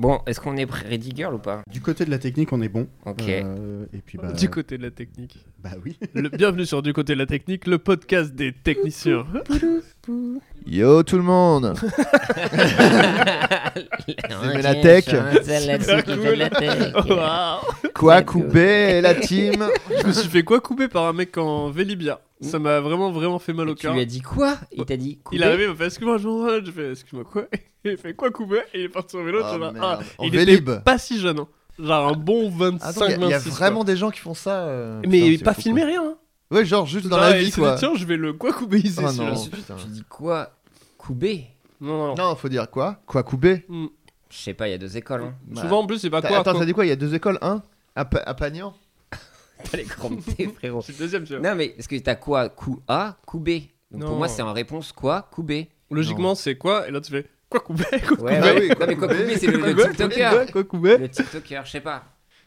Bon, est-ce qu'on est Ready Girl ou pas Du côté de la technique, on est bon. Ok. Euh, et puis bah, Du côté de la technique. bah oui. Le, bienvenue sur Du côté de la technique, le podcast des techniciens. Yo tout le monde aimez la tech Quoi Coubé et la team Je me suis fait quoi couper par un mec en Vélibia Ça m'a vraiment, vraiment fait mal au Tu cœur. lui as dit quoi Il t'a dit Il est arrivé, il m'a fait excuse-moi, je j'ai fait excuse-moi quoi Il fait quoi couper Et il est parti sur vélo, Ah, tu vois. merde. Ah, En il Vélib. Ah, était pas si jeune, hein. genre un bon 25 Attends, il y, a 26, vraiment quoi. des gens qui font ça euh, Mais putain, c'est pas fou, filmé rien. hein. quoi. Ouais, genre juste dans Ah, la il vie s'est quoi. dit, Tiens, je vais le quoi coubéiser Ah, celui-là. non, Tu putain. tu dis quoi Koubé Non, non. Non, faut dire quoi Quoi Coubé Je sais pas, il y a deux écoles. Hein. Bah, Souvent en plus, c'est pas t'as- quoi. Attends, quoi. t'as dit quoi Il y a deux écoles, un à, Pa- à Pagnan T'as les crampés, frérot. C'est le deuxième, tu vois. Non, mais est-ce que t'as quoi Coup A, coup B Donc Pour Non. moi, c'est en réponse quoi Coup B. Ouais, Logiquement, c'est quoi Et là, tu fais quoi couper Eh ben Quoi ouais. bah oui, non, quoi, mais quoi coupé, Koubé, c'est le, le couper TikToker. Quoi couper Le TikToker, je sais pas.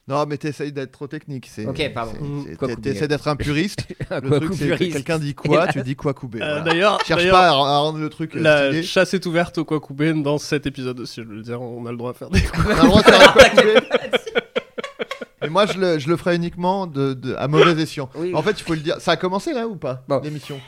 Non, mais t'essayes d'être trop technique. c'est- Ok, pardon. c'est- c'est- Quoi t'es- Coubé. T'essayes d'être un puriste. Quoi Le truc, c'est que coupuriste. quelqu'un dit quoi, tu dis quoi Coubé. Euh, voilà. D'ailleurs, Cherche d'ailleurs, pas à, à rendre le truc. euh, La stylé. chasse est ouverte au quoi couper dans cet épisode aussi. Je veux dire, on a le droit à faire des coups. On a le droit de faire un couplet. Mais moi, je le, je le ferai uniquement de, de- à mauvais escient. Oui. En fait, il faut le dire. Ça a commencé là ou pas Bon. L'émission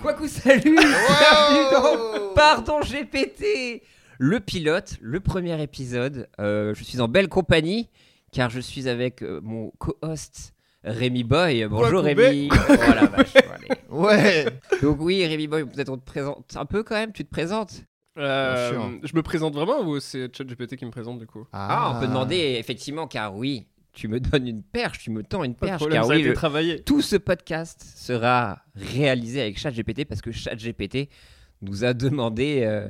Quoi que salut Bienvenue dans Pardon j'ai pété Le pilote, le premier épisode. Euh, je suis en belle compagnie car je suis avec euh, mon co-host Rémi Boy. Euh, Bonjour Quoi, Rémi Oh la vache, allez. Ouais Donc oui Rémi Boy, peut-être on te présente un peu quand même, tu te présentes Euh, Bien sûr. je me présente vraiment ou c'est ChatGPT qui me présente du coup Ah, on peut demander effectivement car oui, tu me donnes une perche, tu me tends une Pas de perche problème, car ça a oui, été le- travaillé. tout ce podcast sera réalisé avec ChatGPT parce que ChatGPT nous a demandé euh,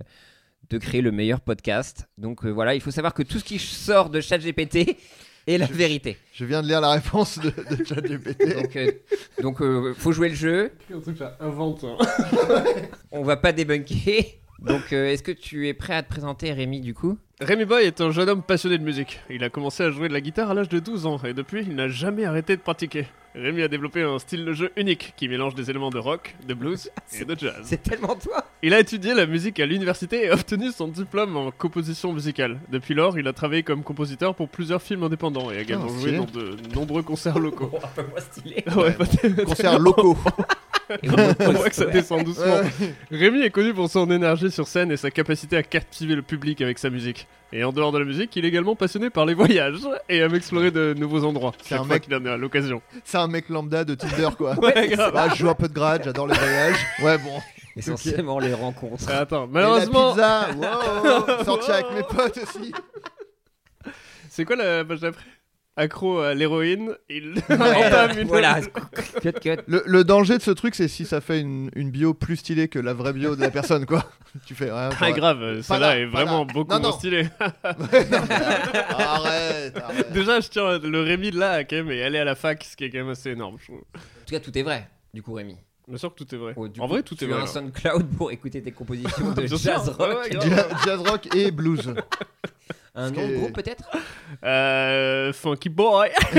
de créer le meilleur podcast. Donc euh, voilà, il faut savoir que tout ce qui sort de ChatGPT est la vérité. Ah, Je viens de lire la réponse de, de ChatGPT. Donc euh, donc euh, faut jouer le jeu. Un truc là, invente. hein. On va pas débunker. Donc euh, est-ce que tu es prêt à te présenter Rémi du coup Rémi Boy est un jeune homme passionné de musique. Il a commencé à jouer de la guitare à l'âge de 12 ans et depuis, il n'a jamais arrêté de pratiquer. Rémi a développé un style de jeu unique qui mélange des éléments de rock, de blues et de jazz. C'est tellement toi. Il a étudié la musique à l'université et a obtenu son diplôme en composition musicale. Depuis lors, il a travaillé comme compositeur pour plusieurs films indépendants et a également Ah, joué stylé. dans de nombreux concerts locaux. un peu moins stylé. Ouais, pas Concerts locaux. Et on me On pose- voit que ça ouais. descend doucement. Ouais. Rémi est connu pour son énergie sur scène et sa capacité à captiver le public avec sa musique. Et en dehors de la musique, il est également passionné par les voyages et aime explorer de nouveaux endroits. C'est chaque un fois mec- qu'il en a l'occasion. C'est un mec lambda de Tinder, quoi. Ouais, grave. Ah, je joue un peu de grade, j'adore les voyages. Ouais, bon. Essentiellement les rencontres. Ah, Attends, Et malheureusement, la pizza, wow, sorti avec mes potes aussi. c'est quoi la page d'après Accro à l'héroïne, il entame une voilà. Cut cut. Le, le danger de ce truc, c'est si ça fait une, une bio plus stylée que la vraie bio de la personne, quoi. Tu fais. ouais, Ah ouais. grave, là, celle-là est pas là. vraiment beaucoup Non, non. moins stylée. Arrête, arrête. Déjà, je tiens le Rémi de là quand même et aller à la fac, ce qui est quand même assez énorme. Je trouve. En tout cas, tout est vrai. Du coup, Rémi. Bien sûr que tout est vrai. Oh, du en coup, vrai, tout tu est vrai. as un là. SoundCloud pour écouter tes compositions de Bien sûr, jazz ouais, rock. ouais, grave. Ja- Jazz rock et blues. Un nom Parce de que- groupe peut-être Euh, funky boy.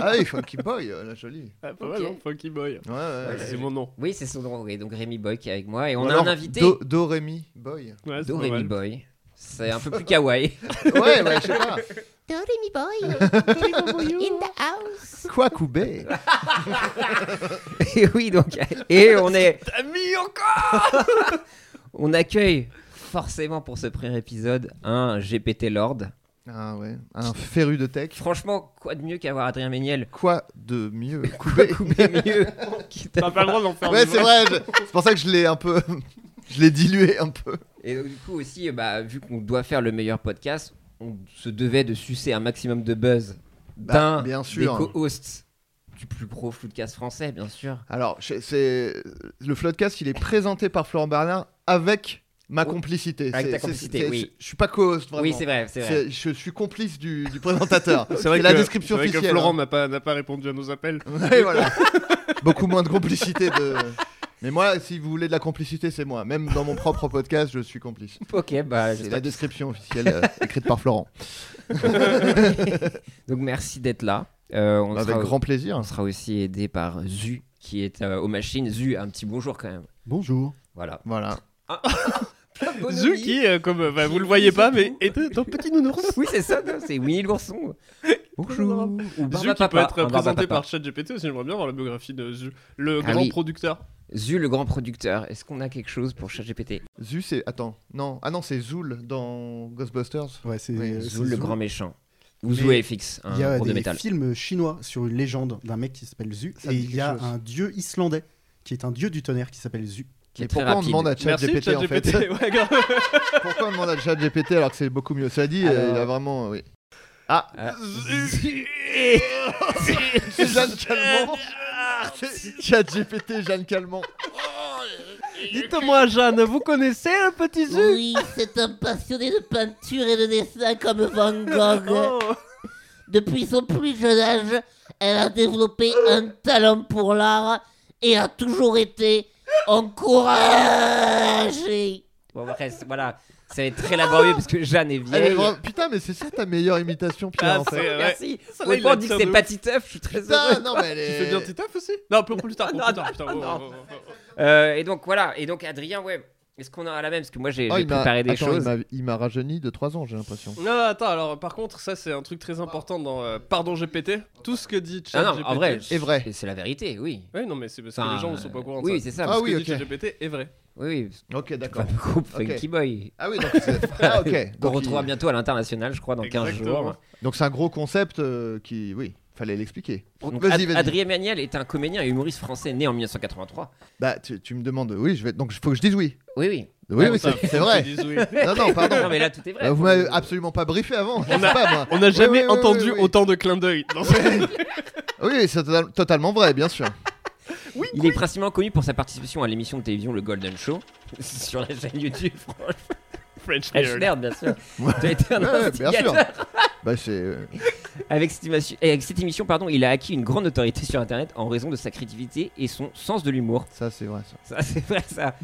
Ah oui, Funky Boy, euh, la jolie. Ah, pas Ok. mal, hein, funky boy. Ouais, ouais. Ouais, c'est mon nom. Oui, c'est son nom. Oui, donc Rémi Boy qui est avec moi. Et on Ou a alors, un invité, Do, Do Rémi Boy. Ouais, c'est Do pas Rémi mal. Boy. C'est un peu plus kawaii. Ouais, ouais, je sais pas. Doremi boy, in the house. Quoi Koubé et oui, donc. Et Ah, on est. T'as mis encore On accueille forcément pour ce premier épisode un GPT Lord. Ah ouais, un féru de tech. Franchement, quoi de mieux qu'avoir Adrien Méniel Quoi de mieux Quoi Koubé couper mieux quitte à- T'as pas le droit d'en faire Ouais, du c'est vrai. vrai, je- c'est pour ça que je l'ai un peu Je l'ai dilué un peu. Et donc, du coup aussi, euh, bah, vu qu'on doit faire le meilleur podcast, on se devait de sucer un maximum de buzz Bah, d'un bien des sûr. co-hosts du plus pro footcast français, bien sûr. Alors, je- c'est le Floodcast, il est présenté par Florent Bernard avec ma Oh. complicité. Avec C'est- ta c'est- complicité, c'est- oui. Je, je suis pas co-host, vraiment. Oui, c'est vrai, c'est vrai. C'est- Je suis complice du, du présentateur. C'est vrai que la description c'est vrai que officielle. Florent hein. n'a pas, n'a pas répondu à nos appels. Ouais, voilà. Beaucoup moins de complicité de. Mais moi, si vous voulez de la complicité, c'est moi. Même dans mon propre podcast, je suis complice. Ok, bah, c'est j'espère la description officielle euh, écrite par Florent. que- donc merci d'être là. Euh, on, Avec sera, grand plaisir. on sera aussi aidé par Zu qui est euh, aux machines. Zu, un petit bonjour quand même. Bonjour. Voilà. Voilà. Zu qui, euh, comme euh, bah, vous le voyez pas, mais est un un petit nounours. Oui, c'est ça, non, c'est Winnie l'ourson. Bonjour. Ou Zu Barba qui peut Papa, être un Barba présenté Papa. par ChatGPT aussi, j'aimerais bien voir la biographie de Zu, le Ah grand oui. producteur. Zu le grand producteur. Est-ce qu'on a quelque chose pour ChatGPT Zu, c'est. Attends. Non. Ah non, c'est Zool dans Ghostbusters. Ouais, c'est. Oui, c'est Zu le Zou. grand méchant. Ou Mais Zu FX, un Il y a gros de des métal. films chinois sur une légende d'un mec qui s'appelle Zu Ça me et dit il y a quelque chose. un dieu islandais qui est un dieu du tonnerre qui s'appelle Zu. Qui est Et très pourquoi on rapide. demande à Merci ChatGPT en fait ChatGPT. Ouais, grave. Pourquoi on demande à ChatGPT alors que c'est beaucoup mieux Ça dit, euh, Alors- il a vraiment. Oui. Ah, Zu. C'est Jeanne Calment Eh C'est ChatGPT, Jeanne Calment Dites-moi, Jeanne, vous connaissez le petit Zu Oui, c'est un passionné de peinture et de dessin comme Van Oh. Gogh. Depuis son plus jeune âge, elle a développé un talent pour l'art et a toujours été encouragée. Bon, bref, voilà. Ça va être très laborieux parce que Jeanne est Elle est vieille. vraiment- Putain, mais c'est ça ta meilleure imitation, Pierre, Ah, en fait c'est- Merci. Ça, il Autant on l'a dit de que ouf. c'est pas Titeuf, je suis très Putain, heureux. non, mais elle Tu est... Oh, fais bien petit taf aussi Non, pour plus tard, pour Non, plus non, tard, putain. non, oh, non. oh, oh, oh. Euh, et donc voilà. Et donc Adrien, ouais. Est-ce qu'on a la même Parce que moi j'ai Oh, j'ai il m'a- préparé des Attends, il choses. m'a- Il m'a rajeuni de 3 ans, j'ai l'impression. Non, attends, alors par contre, ça c'est un truc très important dans euh, Pardon GPT. Tout ce que dit Ah ChatGPT. non, en vrai, est vrai. C'est la vérité, oui. Oui, non, mais c'est parce que Enfin, les gens ne sont pas au courant. de Oui, ça. c'est ça. Ah parce Ce que- oui. que ok. dit ChatGPT est vrai. oui, oui. Ok, Enfin, d'accord. le groupe Ok. Funky Boy. Ah oui, donc c'est... Ah, ok. Qu'on Donc, il- retrouvera bientôt à l'international, je crois, dans 15 Exactement. jours. donc c'est un gros concept euh, qui... Oui, fallait l'expliquer. Donc, Vas-y, Ad- vas-y. Adrien Méniel est un comédien et humoriste français né en 1983. Bah, tu, tu me demandes... Oui, je vais... donc faut que je dise oui. Oui, oui. Oui, Ah, oui, ça, c'est c'est faut vrai. qu'ils disent oui. Non, non, Non, pardon. mais là, tout est vrai. Euh, Vous m'avez absolument pas briefé avant. je sais pas, moi. On n'a Oui, jamais oui, oui, entendu oui, oui. autant de clins d'œil. dans ce- Oui, c'est total- totalement vrai, bien sûr. Il est principalement connu pour sa participation à l'émission de télévision Le Golden Show sur la chaîne YouTube Franck French Nerd. Schneid, bien sûr. Ouais. Tu as été un Ouais, ouais, bien sûr. instigateur. Bah, c'est. euh, Avec cette, émission, et avec cette émission, pardon, il a acquis une grande notoriété sur Internet en raison de sa créativité et son sens de l'humour. Ça, c'est vrai, ça. Ça, c'est vrai, ça.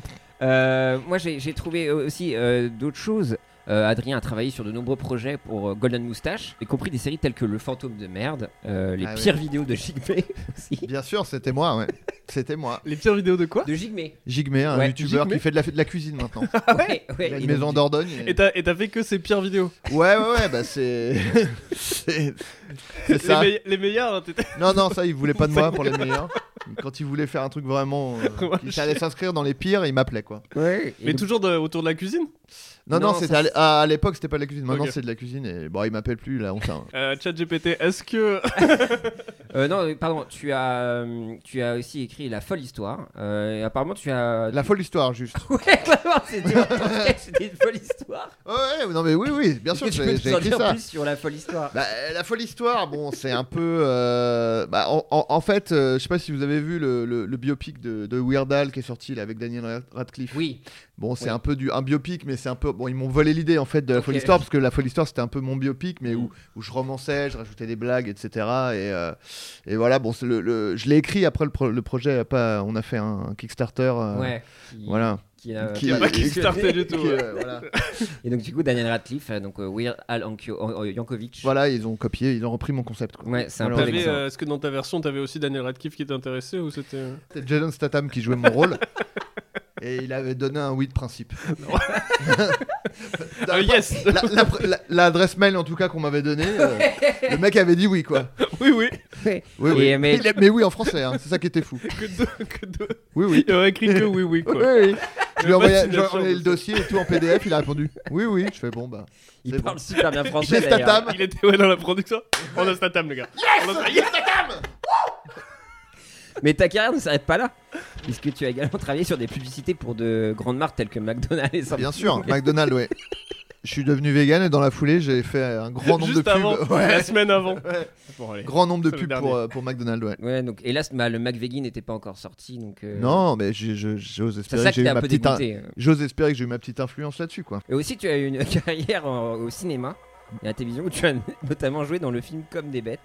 Euh, moi, j'ai j'ai trouvé euh, aussi euh, d'autres choses. Euh, Adrien a travaillé sur de nombreux projets pour euh, Golden Moustache, y compris des séries telles que Le Fantôme de Merde, euh, les Ah pires vidéos de Jigme aussi. Bien sûr, c'était moi, ouais. C'était moi. Les pires vidéos de quoi De Jigme. Jigmé, un Ouais, youtubeur Jigmé. qui fait de la, de la cuisine maintenant. Ah ouais, Il a ouais. une et maison en donc, Dordogne. Et t'as et t'as fait que ces pires vidéos. Ouais, ouais, ouais, bah c'est. c'est c'est ça. Les, meille- les meilleurs, hein, t'étais- Non, non, ça, il voulait pas de moi pour les meilleurs. Quand il voulait faire un truc vraiment. euh, Ouais, il allait s'inscrire dans les pires, il m'appelait, quoi. ouais, et mais donc- toujours de- autour de la cuisine. Non, non, Non, c'était ça, à l'- à, à l'époque, c'était pas de la cuisine. Maintenant, Ok. c'est de la cuisine et bon, il hein. m'appelle plus, là, on s'en. Euh, Chat GPT, est-ce que Euh, non, euh, pardon, tu as, euh, tu as aussi écrit La folle histoire. Euh, et apparemment, tu as. La folle histoire, juste. Ouais, clairement, c'était ton sketch, c'était une folle histoire. Ouais, ouais, non, mais oui, oui, bien Est-ce sûr, que tu peux j'ai j'ai nous en écrit dire ça. plus sur la folle histoire Bah, euh, la folle histoire, bon, c'est un peu. euh, bah, en, en- en fait, euh, je sais pas si vous avez vu le, le- le biopic de, de Weird Al qui est sorti là, avec Daniel Rad- Radcliffe. Oui, Bon, c'est Oui. un peu du, un biopic, mais c'est un peu. Bon, ils m'ont volé l'idée en fait de la Ok. folle histoire parce que la folle histoire c'était un peu mon biopic, mais Mm. où, où je romançais, je rajoutais des blagues, etc. Et, euh, et voilà, bon, c'est le, le- je l'ai écrit après le, pro- le projet. a Pas, on a fait un Kickstarter. euh, ouais. qui- Voilà. Qui, a- Qui a pas Kickstarter du tout Qui, euh, voilà. Et donc, du coup, Daniel Radcliffe, euh, donc euh, Weird Al Ankyo- An- euh, Yankovic. Voilà, ils ont copié, ils ont repris mon concept. quoi. Ouais, c'est un peu Malheureusement. t'avais, vexant. euh, est-ce que dans ta version t'avais aussi Daniel Radcliffe qui était intéressé ou c'était euh, C'était Jason Statham qui jouait mon rôle. Et il avait donné un oui de principe. Ah, yes La- la- la- L'adresse mail en tout cas qu'on m'avait donnée, euh, le mec avait dit oui quoi. Oui, oui. Oui, oui. Et, mais- Il a- mais oui en français, hein, c'est ça qui était fou. Que deux, que deux. Oui, oui. Il aurait écrit que oui, oui Oui, quoi. oui. Je lui ai Le envoyé, mec, il je lui ai a de envoyé chance. le dossier et tout en PDF, il a répondu oui, oui. Je fais bon bah. Il c'est parle bon. super bien français. J'ai d'ailleurs. Statham. Il était ouais, dans la production. On a Statham, les gars. Yes On a Statham. Mais ta carrière ne s'arrête pas là, puisque tu as également travaillé sur des publicités pour de grandes marques telles que McDonald's et Samsung. Bien sûr, McDonald's, ouais. Je suis devenu vegan et dans la foulée, j'ai fait un grand nombre Juste de pubs. avant, Ouais. la semaine avant. Ouais. Bon, allez. Grand nombre de C'est le pubs dernier. pour, euh, pour McDonald's, ouais. Ouais, donc hélas, bah, le McVeggie n'était pas encore sorti, donc. euh, Non, mais j'ai- je- j'ose C'est espérer ça que que j'ai t'es eu un ma peu petite. in- dégoûté. euh. J'ose espérer que j'ai eu ma petite influence là-dessus, quoi. Et aussi, tu as eu une carrière en- au cinéma et à la télévision où tu as notamment joué dans le film Comme des bêtes.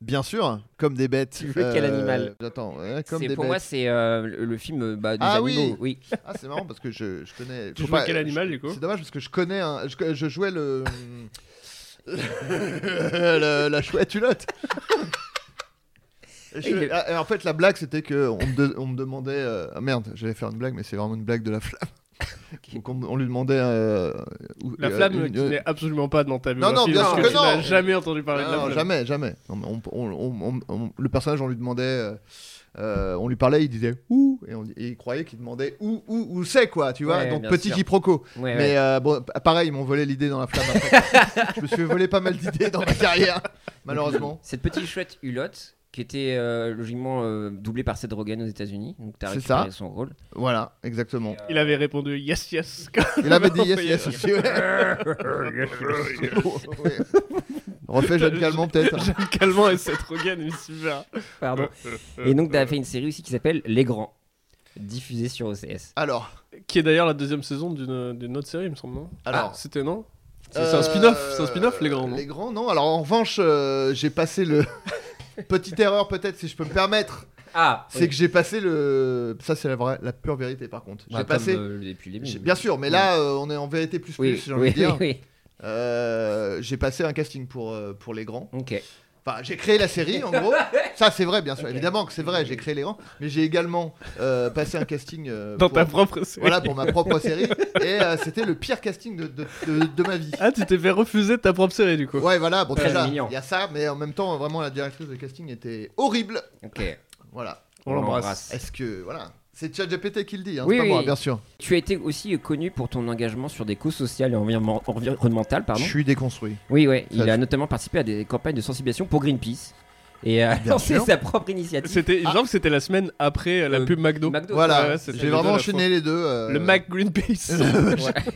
Bien sûr, comme des bêtes. euh, Tu veux quel animal Attends, ouais, comme C'est- des pour bêtes. moi, c'est euh, le le film euh, bah, des Ah oui. animaux. Oui. Ah, c'est marrant parce que je, je connais. Tu Faut jouais quel animal, je- du coup C'est dommage parce que je connais. un- je, je jouais le. le- la chouette hulotte. Et je- Et le- ah, et en fait, la blague c'était que on me, de- on me demandait. euh, ah, merde, j'allais faire une blague, mais c'est vraiment une blague de la flamme. Donc on, on lui demandait. euh, où- La euh, flamme une- qui euh, n'est absolument pas dans ta vie. Non, non, bien parce sûr que que tu non. n'as jamais entendu parler de Non, la flamme. jamais, jamais. On- on- on- on- on- le personnage, on lui demandait, euh, euh, on lui parlait, il disait où et, on- et il croyait qu'il demandait où, où, où c'est quoi, tu vois. Ouais, Donc bien petit sûr. quiproquo. Ouais, Mais ouais. euh, bon, p- pareil, ils m'ont volé l'idée dans la flamme. après. Je me suis volé pas mal d'idées dans ma carrière, malheureusement. Cette petite chouette Hulotte qui était euh, logiquement euh, doublée par Seth Rogen aux États-Unis. Donc, tu as C'est récupéré ça. son rôle. Voilà, exactement. Il avait répondu yes, yes. Euh, Il avait dit yes, yes aussi. ouais. Ouais. Refais jeune calmant peut-être. Jeanne Calment et Seth Rogen, mais super. Pardon. Euh, Et donc, tu as fait une série aussi qui s'appelle Les Grands, diffusée sur OCS. Alors, Qui est d'ailleurs la deuxième saison d'une d'une autre série, il me semble, non Alors. Ah, c'était non C'est c'est Euh, un spin-off, c'est un spin-off, les grands, non Les grands, non. Alors en revanche, euh, j'ai passé le. Petite erreur peut-être, si je peux me permettre. Ah, C'est que j'ai passé le. Ça, c'est la, vraie- la pure vérité par contre. Bah, J'ai passé. Bah, euh, depuis le début. j'ai- Bien sûr, mais là, euh, on est en vérité plus Oui, plus, j'ai envie oui, de dire. oui, Euh, j'ai passé un casting pour, euh, pour les grands. oui. Ok. Enfin, j'ai créé la série, en gros. Ça, c'est vrai, bien sûr. Évidemment que c'est vrai, j'ai créé les grands. Mais j'ai également euh, passé un casting. euh, Dans pour- ta propre série. Voilà, pour ma propre série. Et euh, c'était le pire casting de, de, de- de ma vie. Ah, tu t'es fait refuser de ta propre série, du coup. Ouais, voilà, bon, Très déjà, il mignon. y a ça, mais en même temps, vraiment, la directrice de casting était horrible. Ok. Voilà. On l'embrasse. Est-ce que. Voilà. C'est ChatGPT qui le dit, hein, Oui, c'est pas oui. moi, bien sûr. Tu as été aussi connu pour ton engagement sur des causes sociales et environnement- environnementales. Pardon. Je suis déconstruit. Oui, ouais. Ça, Il je- a notamment participé à des campagnes de sensibilisation pour Greenpeace et a lancé sûr. sa propre initiative. C'était, il me semble que c'était la semaine après euh, la Euh, pub McDo. McDo. Ah. Voilà, ouais, c'est les j'ai deux, vraiment la enchaîné les deux. euh, Le Mac Greenpeace.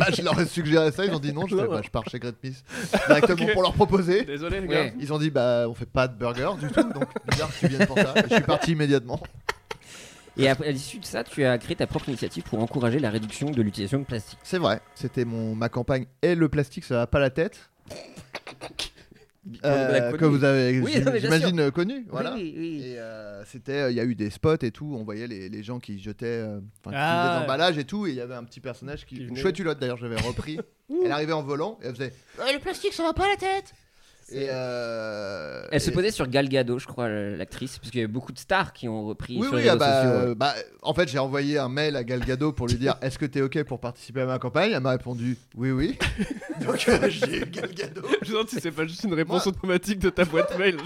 bah, je leur ai suggéré ça, ils ont dit non, je, fais, Non. bah, je pars chez Greenpeace directement Ok. pour leur proposer. Désolé, les Ouais. gars. Ils ont dit bah on fait pas de burger du tout, donc bizarre que tu viennes pour ça. Et Je suis parti immédiatement. Et après- à l'issue de ça, tu as créé ta propre initiative pour encourager la réduction de l'utilisation de plastique. C'est vrai, c'était mon ma campagne et le plastique ça va pas la tête. On l'a Euh, connu. que vous avez Oui, non, mais bien j'imagine euh, connu, voilà. Oui, oui, oui. Et euh, c'était, euh, il y a eu des spots et tout. On voyait les, les gens qui jetaient, euh, enfin, qui Ah. faisaient des emballages et tout. Et il y avait un petit personnage qui, Qui une venait. chouette culotte d'ailleurs, j'avais repris. elle arrivait en volant et elle faisait. Ouais, Euh, le plastique, ça va pas à la tête. Et euh, Elle se et- posait sur Gal Gadot, je crois, l'actrice, parce qu'il y avait beaucoup de stars qui ont repris Oui, sur oui, les ah réseaux bah, sociaux. euh, bah, en fait, j'ai envoyé un mail à Galgado pour lui dire Est-ce que t'es OK pour participer à ma campagne Elle m'a répondu Oui, oui. Donc, euh, j'ai eu Galgado. Je me demande si c'est pas juste une réponse automatique de ta boîte mail.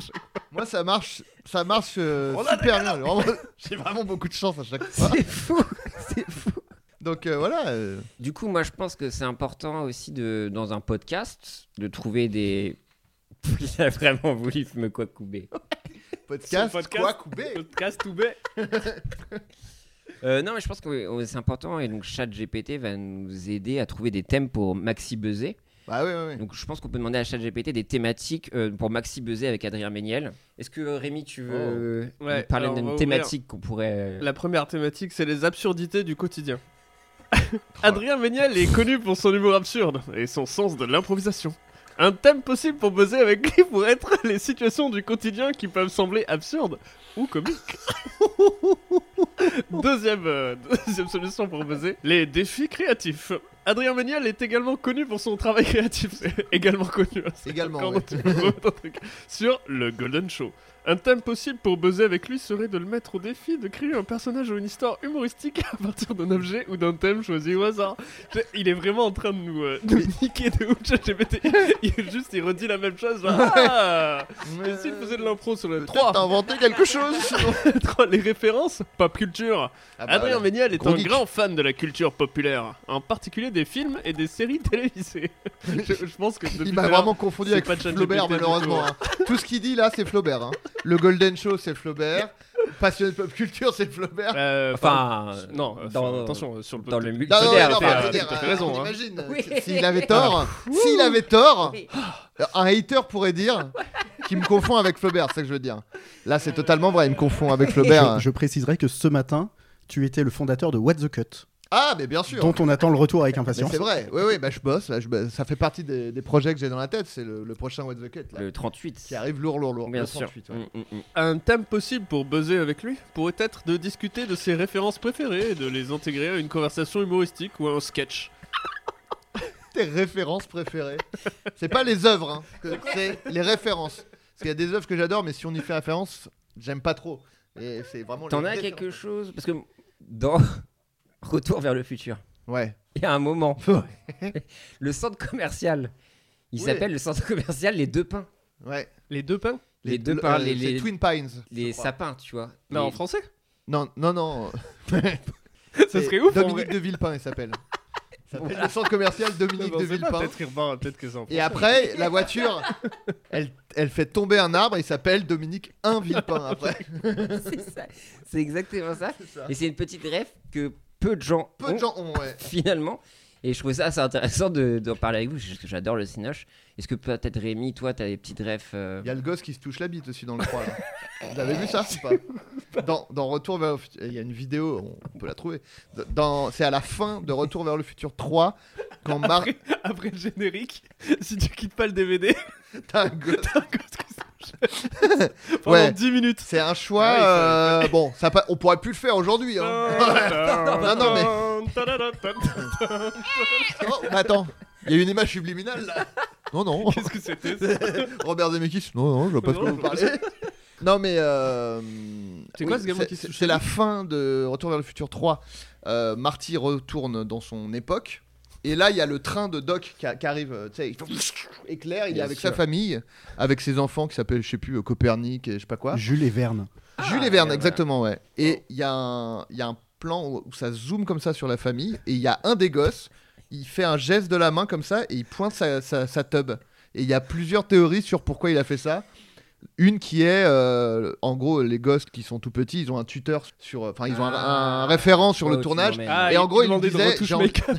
Moi, ça marche, ça marche euh, super bien. Vraiment, J'ai vraiment beaucoup de chance à chaque fois. C'est fou, c'est fou. Donc, euh, voilà. euh, Du coup, moi, je pense que c'est important aussi de, dans un podcast, de trouver des. Il a vraiment voulu me quoi couper. podcast, podcast. quoi, coupé Podcast tout bête. Euh, non, mais je pense que oui, c'est important et donc ChatGPT va nous aider à trouver des thèmes pour Maxi Buzzer. Bah, oui, oui, oui. Donc, je pense qu'on peut demander à ChatGPT des thématiques euh, pour Maxi Buzzer avec Adrien Méniel. Est-ce que euh, Rémi, tu veux Oh. euh, hein. Ouais, nous parler alors, on va d'une ouvrir. thématique qu'on pourrait. La première thématique, c'est les absurdités du quotidien. Adrien Méniel est connu pour son humour absurde et son sens de l'improvisation. Un thème possible pour buzzer avec lui pourrait être les situations du quotidien qui peuvent sembler absurdes ou comiques. deuxième, euh, deuxième solution pour buzzer, les défis créatifs. Adrien Méniel est également connu pour son travail créatif. C'est également connu. hein, c'est Également, encore ouais. dans une autre truc. Sur le Golden Show. Un thème possible pour buzzer avec lui serait de le mettre au défi de créer un personnage ou une histoire humoristique à partir d'un objet ou d'un thème choisi au hasard. Je- Il est vraiment en train de nous, euh, nous niquer de ouf, ChatGPT. Il juste, il redit la même chose. genre, Ah Mais s'il faisait de l'impro sur le euh, Peut-être 3, T'as inventé quelque chose sinon. Oh, les références, pop culture. Ah bah, Adrien voilà. Méniel est Gros un geek. grand fan de la culture populaire, en particulier des films et des séries télévisées. je, je pense que depuis Il m'a tout à l'heure, vraiment confondu c'est avec pas ChatGPT Flaubert, du tout. malheureusement. hein. Tout ce qu'il dit là, c'est Flaubert. hein. Le Golden Show, c'est Flaubert. passionné de pop culture, c'est Flaubert. Euh, Enfin, pardon. non, euh, dans- attention, euh, sur le dans le podcast. Non, non, non, Flaubert, non, t'as- bah, je t'as- veux dire, t'as euh, raison, on hein. imagine, Oui. euh, S'il avait tort, s'il avait tort, Oui. un hater pourrait dire qu'il me confond avec Flaubert, c'est ça que je veux dire. Là, c'est totalement vrai, il me confond avec Flaubert. Je, je préciserai que ce matin, tu étais le fondateur de What the Cut, Ah, mais bien sûr. Ah, dont on attend le retour avec Mais impatience. c'est vrai, oui, oui, bah, je bosse, là, je bosse. ça fait partie des, des projets que j'ai dans la tête, c'est le, le prochain What the Cut là, Le 38. qui arrive lourd, lourd, lourd. Bien le sûr. 38, ouais. Mm, mm, mm. Un thème possible pour buzzer avec lui pourrait être de discuter de ses références préférées et de les intégrer à une conversation humoristique ou à un sketch. Tes références préférées, c'est pas les œuvres, hein, que- c'est les références. Parce qu'il y a des œuvres que j'adore, mais si on y fait référence, j'aime pas trop. Et c'est vraiment. T'en les as références. quelque chose Parce que dans Retour vers le futur, Ouais. il y a un moment, le centre commercial, il Oui. s'appelle le centre commercial Les Deux Pins. Ouais. Les deux pains Les, Deux Pins, le- les, c'est les, Twin Pines. les je crois. sapins, tu vois. Les- Mais Bah, en français Non, non, non. Ça serait ouf en Dominique vrai. de Villepin, il s'appelle. Il s'appelle le centre commercial Dominique Non, de je sais pas, Villepin. Peut-être qu'il repart, peut-être que c'est en Et après, la voiture, elle, elle fait tomber un arbre, il s'appelle Dominique 1 Villepin après. c'est ça. C'est exactement ça. Et c'est une petite rêve que peu de gens Peu ont, de gens ont, ouais. finalement. Et je trouvais ça assez intéressant de- d'en parler avec vous, parce que j'adore le cinoche. Est-ce que peut-être Rémi, toi, t'as des petites rêves euh, Il y a le gosse qui se touche la bite aussi dans le 3. là. Vous avez vu ça ou pas dans, dans Retour vers le futur, il y a une vidéo, on- on peut la trouver. Dans, c'est à la fin de Retour vers le futur 3, quand Mar... Après, après le générique, si tu quittes pas le DVD, T'as un gosse- t'as un gosse qui se touche. pendant Ouais. 10 minutes. C'est un choix. Ah oui, ça- euh, bon, ça pa- on pourrait plus le faire aujourd'hui. hein. non, non, mais- mais. Oh, mais attends, il y a une image subliminale là. Non, non. Qu'est-ce que c'était Robert Zemeckis. Non, non, je vois pas de quoi Non, vous parlez. Non, mais. euh, C'est quoi ce gamin qui se- C'est la fin de Retour vers le futur 3. Euh, Marty retourne dans son époque. Et là, il y a le train de Doc qui, a- qui arrive, euh, tu sais, il- éclair, il est Bien avec sûr. sa famille, avec ses enfants qui s'appellent, je sais plus, euh, Copernic et je sais pas quoi. Jules et Verne. Ah, Jules et Verne, exactement, ouais. Oh. Et il y, a un- il y a un plan où où ça zoome comme ça sur la famille, et il y a un des gosses, il fait un geste de la main comme ça, et il pointe sa, sa, sa tub. Et il y a plusieurs théories sur pourquoi il a fait ça. Une qui est, euh, en gros, les gosses qui sont tout petits, ils ont un tuteur sur, enfin, ils ont un, Ah. un référent sur Oh, le tournage. Ah, Et en gros, il demandait disait, de retouche j'ai envie- make-up.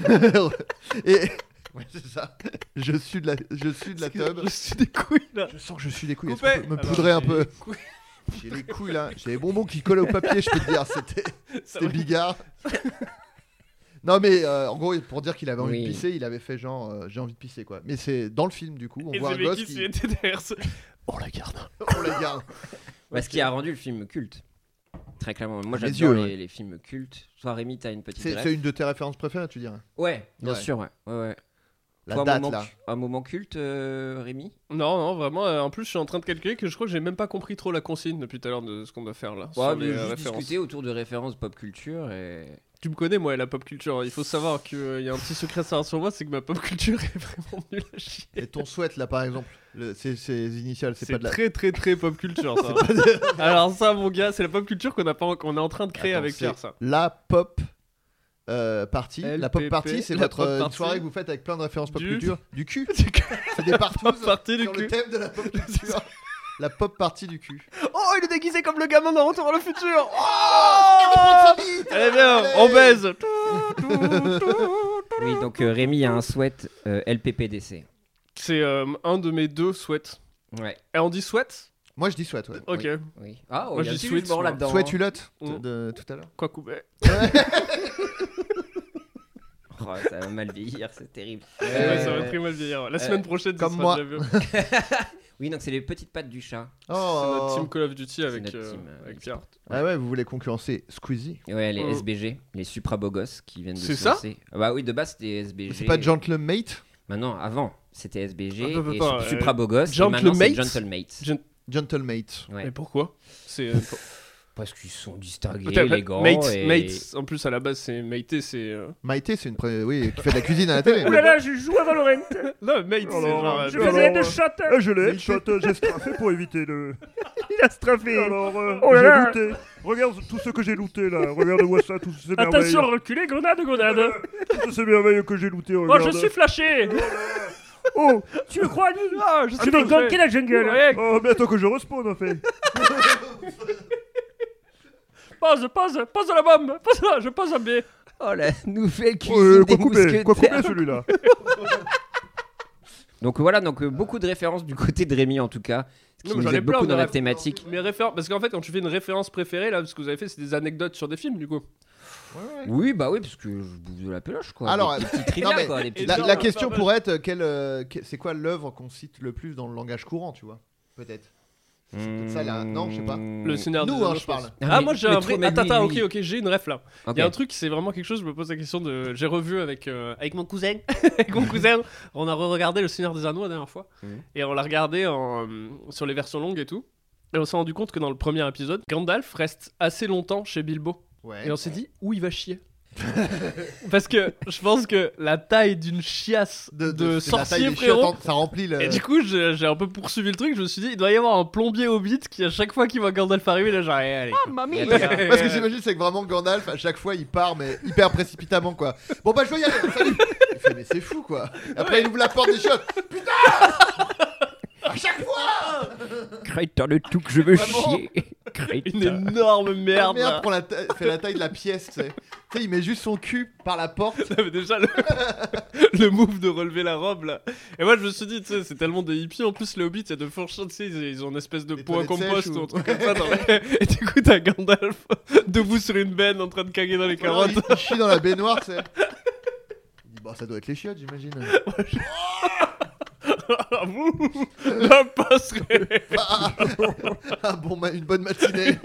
et ouais, c'est ça. Je suis de la, je suis de la tub. Je suis des couilles là. Je sens que je suis des couilles. Est-ce Coupez. qu'on peut me Alors, poudrer un j'ai peu. des couilles. J'ai les couilles là, j'ai les bonbons qui collent au papier, je peux te dire, c'était Ça c'était va. bigard. Non mais euh, en gros pour dire qu'il avait envie Oui. de pisser, il avait fait genre euh, j'ai envie de pisser quoi. Mais c'est dans le film du coup, on Et voit un Zemeckis, gosse il qui était derrière ce- On la garde. on la garde. Ce qui a rendu le film culte. Très clairement. Moi, Ah, Les j'adore yeux, les, ouais. les films cultes. Toi, Rémi, t'as une petite C'est rêve. c'est une de tes références préférées, tu dirais Ouais, bien Ouais. sûr, ouais. ouais, ouais. La Toi, un date moment là. cu- un moment culte, euh, Rémi Non, non, vraiment. euh, en plus, je suis en train de calculer que je crois que j'ai même pas compris trop la consigne depuis tout à l'heure de ce qu'on doit faire là. Ouais, sur mais les, euh, juste références. discuter autour de références pop culture et. Tu me connais, moi, et la pop culture. hein. Il faut savoir qu'il y a un petit secret à savoir sur moi, c'est que ma pop culture est vraiment nulle à chier. Et ton souhait là par exemple, le- c'est c'est les initiales, c'est C'est pas de la très, très, très pop culture, ça. hein. Alors, ça, mon gars, c'est la pop culture qu'on a pas en- qu'on est en train de créer Attends, avec c'est Pierre, ça. La pop euh, party, la pop LPP, party, c'est la votre pop euh, party. soirée que vous faites avec plein de références pop Du- culture du cul. Du cul. C'est des partout Pop party du sur le cul. thème de la pop culture. la pop party du cul. Oh, il est déguisé comme le gamin dans Retour à le futur. Oh Allez, bien, on baise. Oui, donc euh, Rémi a un sweat euh, LPPDC. C'est euh, un de mes deux souhaits. Ouais, Et on dit souhait Moi je dis souhaite, ouais. Ok. Oui. oui. Ah, Moi, il y a je du dis sweat, jugement moi. là-dedans. Souhaite Hulotte de, Mm. de- tout à l'heure. Quoi couper Oh, ça va mal vieillir, c'est terrible. Ouais, Euh, ça va très mal vieillir. La semaine prochaine, ça comme sera moi. déjà vu. Oui, donc c'est les petites pattes du chat. C'est notre Oh. team Call of Duty avec, notre euh, team, euh, avec Pierre. Ah ouais, vous voulez concurrencer Squeezie Et Ouais, les Euh. SBG, les supra beaux gosses qui viennent de C'est se ça lancer. Ah Bah oui, de base c'était SBG. C'est pas Gentleman Mate Maintenant, avant, c'était SBG Attends, attends, et attends, su- supra euh, beaux gosses. et Gentlemate maintenant c'est Gentlemate. Gen- Gentlemate. Ouais. Mais pourquoi C'est Parce qu'ils sont distingués, Attends, élégants. mate, et... mate. En plus, à la base, c'est mate, c'est. euh, Maïté, c'est une. pré- Oui, qui fait de la cuisine à la télé. je joue à Valorant Non, mate, Oh c'est genre... euh, faisais alors, des euh, Ah, je l'ai headshot, j'ai straffé pour éviter le. Il a straffé Alors, euh, Oh j'ai looté. Regarde tout ce que j'ai looté là, regarde-moi ça, tout ce merveilleux. Attention, reculez, grenade, grenade Tout ce merveilleux que j'ai looté, Oh, regarde. je suis flashé Oh, tu le crois, Annie Ah, je Tu vas ganker la jungle Ouais, Oh, mais attends que je respawn en fait. pose, pose, pose la bombe, pose la, je pose un biais. Oh la nouvelle cuisine Euh, des quoi couper Quoi mousquetaires. couper celui-là Donc voilà, donc euh, beaucoup de références du côté de Rémi en tout cas, ce Non, qui mais nous j'en ai aide plein, beaucoup on dans la aurait- thématique. Mes références, parce qu'en fait, quand tu fais une référence préférée, là, ce que vous avez fait, c'est des anecdotes sur des films, du coup. Oui, bah oui, parce que je bouffe de la péloche quoi. Alors, des euh, petits non, thrillers mais quoi, des petits- La, Non, la non, question non, pourrait être euh, quelle, euh, que- c'est quoi l'œuvre qu'on cite le plus dans le langage courant, tu vois Peut-être. C'est peut-être ça là. Non, je sais pas. Hmm. Le scénario. Nous, des hein, anges, je parle. Ah, Ah, mais- moi j'ai mais un trop, vrai. mais Attends, lui, attends, lui. ok, ok, j'ai une ref là. Il Ok. y a un truc, c'est vraiment quelque chose, je me pose la question de. J'ai revu avec, euh, avec mon cousin. avec mon cousin, on a re-regardé Le Seigneur des Anneaux la dernière fois. Mhm. Et on l'a regardé en, euh, sur les versions longues et tout. Et on s'est rendu compte que dans le premier épisode, Gandalf reste assez longtemps chez Bilbo. Ouais. Et on s'est dit, où il va chier Parce que je pense que la taille d'une chiasse de, c'est la taille sorcier, des frérot. chiottes, hein, Ça remplit le. Et du coup, je- j'ai un peu poursuivi le truc. Je me suis dit, il doit y avoir un plombier hobbit qui, à chaque fois qu'il voit Gandalf arriver, là, genre, Eh, allez. Ah, quoi. Mais Ouais. attends, Parce que j'imagine, c'est que vraiment Gandalf, à chaque fois, il part, mais hyper précipitamment, quoi. Bon, bah, je dois y aller, salut Il fait, mais c'est fou, quoi Après, il ouvre la porte des chiottes. Putain À chaque fois crétin de tout que je veux Vraiment chier. Crétin. Une énorme La merde. Ah, merde prend la taille- fait la taille de la pièce, tu sais. Tu sais, il met juste son cul par la porte. Non, mais déjà, le... le move de relever la robe, là. Et moi, je me suis dit, tu sais, c'est tellement des hippies. En plus, les hobbits, il y a de fortes chances, tu sais, ils ils ont une espèce de Des pot à toilettes compost sèches ou ou- un truc comme ça. dans les- Et du coup, t'as Gandalf debout sur une benne en train de caguer dans les carottes. Il, il chie dans la baignoire, tu sais. Il dit, Bah, ça doit être les chiottes, j'imagine. Ah, vous, la passerelle. Ah, ah, ah, bon, ma- une bonne matinée.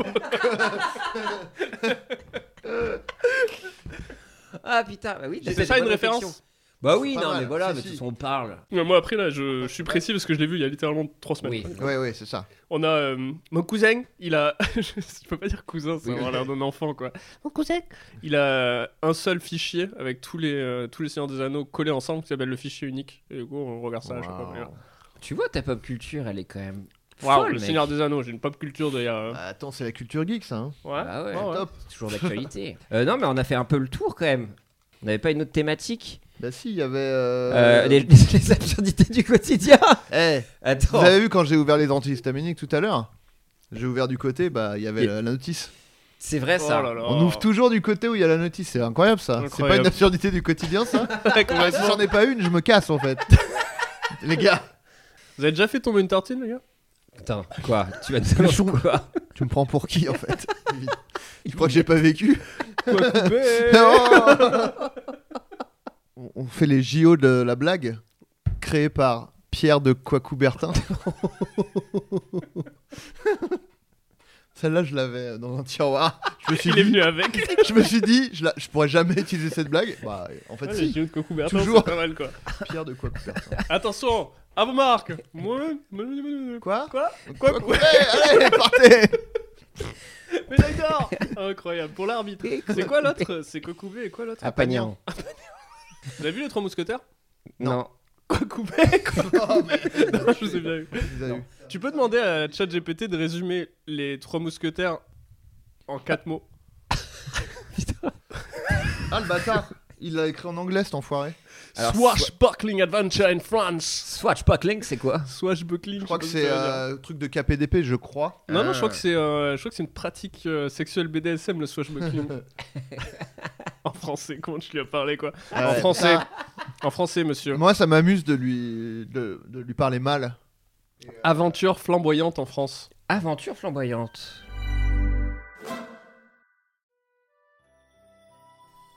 Ah putain, bah oui, t'as C'est fait ça, des une bonnes référence réflexions. Bah oui, Pas non, mal, mais voilà, mais si, de si. toute façon, on parle. Mais moi, après, là, je, je suis précis parce que je l'ai vu il y a littéralement 3 semaines. Oui. Ouais, ouais, c'est ça. On a euh, mon cousin, il a. je peux pas dire cousin, ça avoir l'air d'un enfant, quoi. Mon cousin Il a un seul fichier avec tous les, euh, tous les Seigneurs des Anneaux collés ensemble qui s'appelle le fichier unique. Et du coup, on regarde ça à chaque fois. Waouh. mais, euh, Tu vois, ta pop culture, elle est quand même. waouh, folle, le mec. Seigneur des Anneaux, j'ai une pop culture de. euh, Bah, attends, c'est la culture geek, ça. hein. Ouais, Bah ouais, Ah, ouais, ouais. Top. C'est toujours d'actualité. Euh, non, mais on a fait un peu le tour quand même. On n'avait pas une autre thématique Bah, si, il y avait. euh, Euh, les, les absurdités du quotidien Eh, Attends. Vous avez vu quand j'ai ouvert les antihistaminiques tout à l'heure J'ai ouvert du côté, bah il y avait Et- la, la notice. C'est vrai Oh ça. là là. On ouvre toujours du côté où il y a la notice, c'est incroyable ça. C'est pas Incroyable. une absurdité du quotidien ça Si j'en ai pas une, je me casse en fait. les gars, Vous avez déjà fait tomber une tartine, les gars Putain, quoi Tu vas nous annoncer quoi tu me prends pour qui en fait Tu crois que j'ai pas vécu Coupé Non On- On fait les JO de la blague, créé par Pierre de Coicoubertin. Celle-là, je l'avais euh, dans un tiroir. Je me suis Il est dit- venu avec. je me suis dit, je, la- je pourrais jamais utiliser cette blague. Bah, en fait, Ouais, les si. JO de Coco Bertin, Toujours. c'est pas mal, quoi. Pierre de quoi Attention, à vos marques. Moi, Quoi Quoi Quoi Allez, partez Mais d'accord Incroyable, pour l'arbitre. C'est quoi l'autre C'est Cocouvé et quoi l'autre Apagnan. Vous avez vu les trois mousquetaires Non. Cocouvé Non, je vous ai bien eu. Oh, Vous avez eu. Tu peux demander à ChatGPT de résumer les trois mousquetaires en quatre mots Ah, le bâtard Il l'a écrit en anglais, cet enfoiré. Alors, Swashbuckling Adventure in France Swatchbuckling, c'est quoi Swashbuckling Je crois que sais c'est pas ce ça veut euh, un truc de KPDP, je crois. dire. Non, non, je crois que c'est euh, je crois que c'est une pratique euh, sexuelle BDSM, le swashbuckling. en français, comment tu lui as parlé, quoi En Ouais. français. En français, monsieur. Euh, Moi, ça m'amuse de lui, de, de lui parler mal. Aventure flamboyante en France. Aventure flamboyante.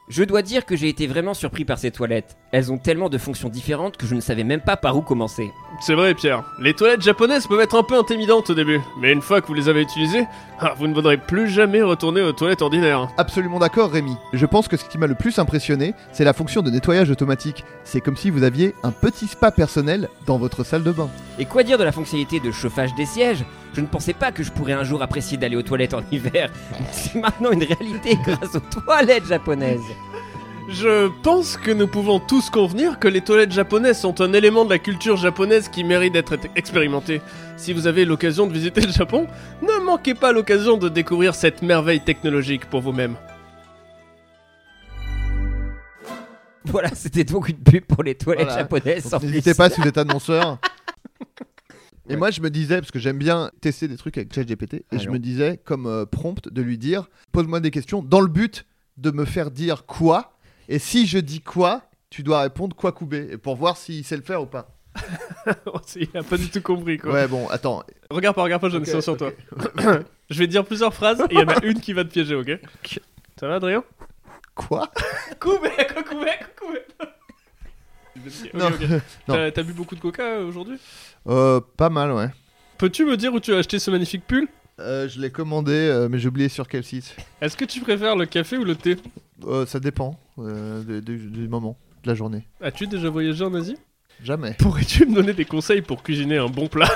Je dois dire que j'ai été vraiment surpris par ces toilettes. Elles ont tellement de fonctions différentes que je ne savais même pas par où commencer. C'est vrai, Pierre. Les toilettes japonaises peuvent être un peu intimidantes au début, mais une fois que vous les avez utilisées, ah, vous ne voudrez plus jamais retourner aux toilettes ordinaires. Absolument d'accord, Rémi. Je pense que ce qui m'a le plus impressionné, c'est la fonction de nettoyage automatique. C'est comme si vous aviez un petit spa personnel dans votre salle de bain. Et quoi dire de la fonctionnalité de chauffage des sièges Je ne pensais pas que je pourrais un jour apprécier d'aller aux toilettes en hiver. C'est maintenant une réalité grâce aux toilettes japonaises. Je pense que nous pouvons tous convenir que les toilettes japonaises sont un élément de la culture japonaise qui mérite d'être expérimenté. Si vous avez l'occasion de visiter le Japon, ne manquez pas l'occasion de découvrir cette merveille technologique pour vous-même. Voilà, c'était donc une pub pour les toilettes Voilà. japonaises. Donc, sans N'hésitez plus. pas si vous êtes annonceur. Et moi, je me disais, parce que j'aime bien tester des trucs avec ChatGPT, et je Allons. me disais, comme euh, prompt, de lui dire pose-moi des questions dans le but de me faire dire quoi. Et si je dis quoi, tu dois répondre quoi coubé, et pour voir s'il sait le faire ou pas. Oh, Il a pas du tout compris quoi. Ouais, bon, attends. Regarde pas, regarde pas, j'en ai Ok, science sur toi. je vais dire plusieurs phrases et il y en a une qui va te piéger, ok Ça va, Adrien Quoi Coubé, coubé, coubé Ok, Non. ok. Non. T'as- T'as bu beaucoup de coca euh, aujourd'hui Euh, pas mal, ouais. Peux-tu me dire où tu as acheté ce magnifique pull Euh, je l'ai commandé, euh, mais j'ai oublié sur quel site. Est-ce que tu préfères le café ou le thé Euh, ça dépend euh, de- de- du moment, de la journée. As-tu déjà voyagé en Asie Jamais. Pourrais-tu me donner des conseils pour cuisiner un bon plat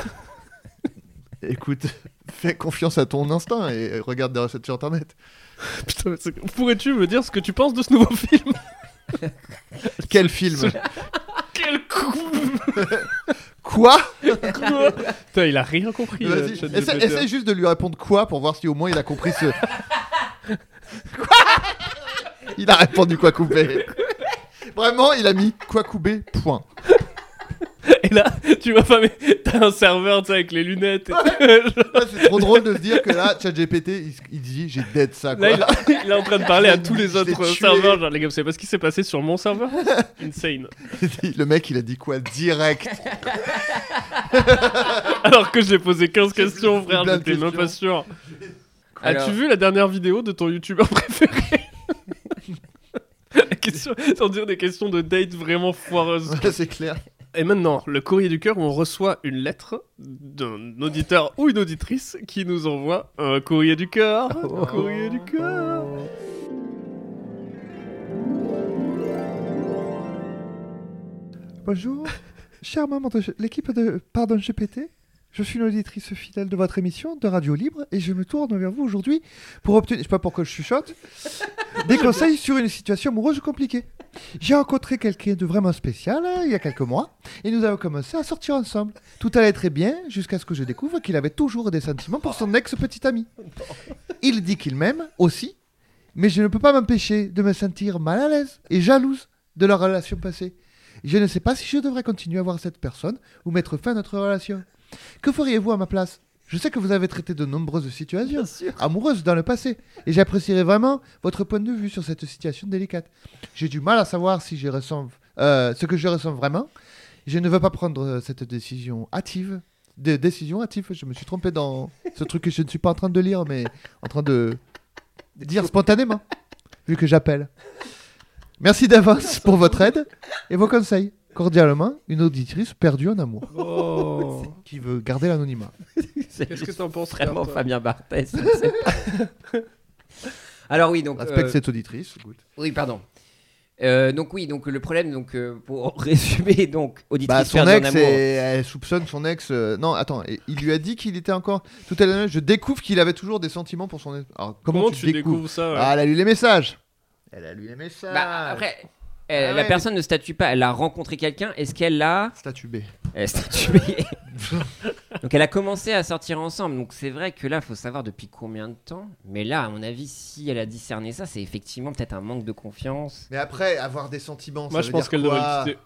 Écoute, fais confiance à ton instinct et euh, regarde des recettes sur internet. Putain, c'est- Pourrais-tu me dire ce que tu penses de ce nouveau film Quel film Quel coup Quoi Quoi Putain, il a rien compris. euh, Vas-y, ChatGPT. essaie, essaie juste de lui répondre quoi pour voir si au moins il a compris ce. quoi Il a répondu quoi coupé. Vraiment, il a mis quoi coupé, point. Et là, tu vois pas, mais t'as un serveur tu sais, avec les lunettes. et tout. Ouais, c'est trop drôle de se dire que là, ChatGPT, il, se- il dit j'ai dead ça quoi. Là, il, il est en train de parler à tous les Je l'ai autres tué. serveurs. Genre, les gars, vous savez pas ce qui s'est passé sur mon serveur Insane. Le mec, il a dit quoi direct. Alors que j'ai posé 15 questions, frère, plein de j'étais même questions. pas sûr. Alors- As-tu vu la dernière vidéo de ton youtubeur préféré La question, sans dire des questions de date vraiment foireuses. Ouais, c'est clair. Et maintenant, le courrier du cœur où on reçoit une lettre d'un auditeur ou une auditrice qui nous envoie un courrier du cœur. Oh. Un courrier du cœur. Bonjour, chère maman de l'équipe de Pardon GPT. Je suis une auditrice fidèle de votre émission de Radio Libre et je me tourne vers vous aujourd'hui pour obtenir, je sais pas pourquoi je chuchote, des conseils sur une situation amoureuse compliquée. J'ai rencontré quelqu'un de vraiment spécial euh, il y a quelques mois et nous avons commencé à sortir ensemble. Tout allait très bien jusqu'à ce que je découvre qu'il avait toujours des sentiments pour son ex-petite amie. Il dit qu'il m'aime aussi, mais je ne peux pas m'empêcher de me sentir mal à l'aise et jalouse de leur relation passée. Je ne sais pas si je devrais continuer à voir cette personne ou mettre fin à notre relation. Que feriez-vous à ma place Je sais que vous avez traité de nombreuses situations amoureuses dans le passé et j'apprécierais vraiment votre point de vue sur cette situation délicate. J'ai du mal à savoir si je ressens euh, ce que je ressens vraiment. Je ne veux pas prendre euh, cette décision hâtive. Des décisions hâtives, je me suis trompé dans ce truc que je ne suis pas en train de lire, mais en train de dire spontanément, vu que j'appelle. Merci d'avance pour votre aide et vos conseils. Cordialement, une auditrice perdue en amour Oh. qui veut garder l'anonymat. C'est Qu'est-ce que t'en penses vraiment toi Fabien Barthez. je ne sais pas. Alors oui, donc Respecte euh, cette auditrice. good. oui, pardon. Euh, donc oui, donc le problème, donc euh, pour résumer, donc auditrice Bah, son perdue en ex, amour. et- elle soupçonne son ex. euh, Non, attends, et il lui a dit qu'il était encore. Tout à l'heure, je découvre qu'il avait toujours des sentiments pour son ex. Alors, comment, Comment tu, tu découvres, découvres ça euh ouais Ah, elle a lu les messages. Elle a lu les messages. Bah, après, elle- Ah la ouais, personne ne statue pas. Elle a rencontré quelqu'un. Est-ce qu'elle l'a Statut B. elle statué Donc elle a commencé à sortir ensemble. Donc c'est vrai que là, faut savoir depuis combien de temps. Mais là, à mon avis, si elle a discerné ça, c'est effectivement peut-être un manque de confiance. Mais après, avoir des sentiments. Moi, ça je veut pense dire qu'elle devrait quoi le quitter.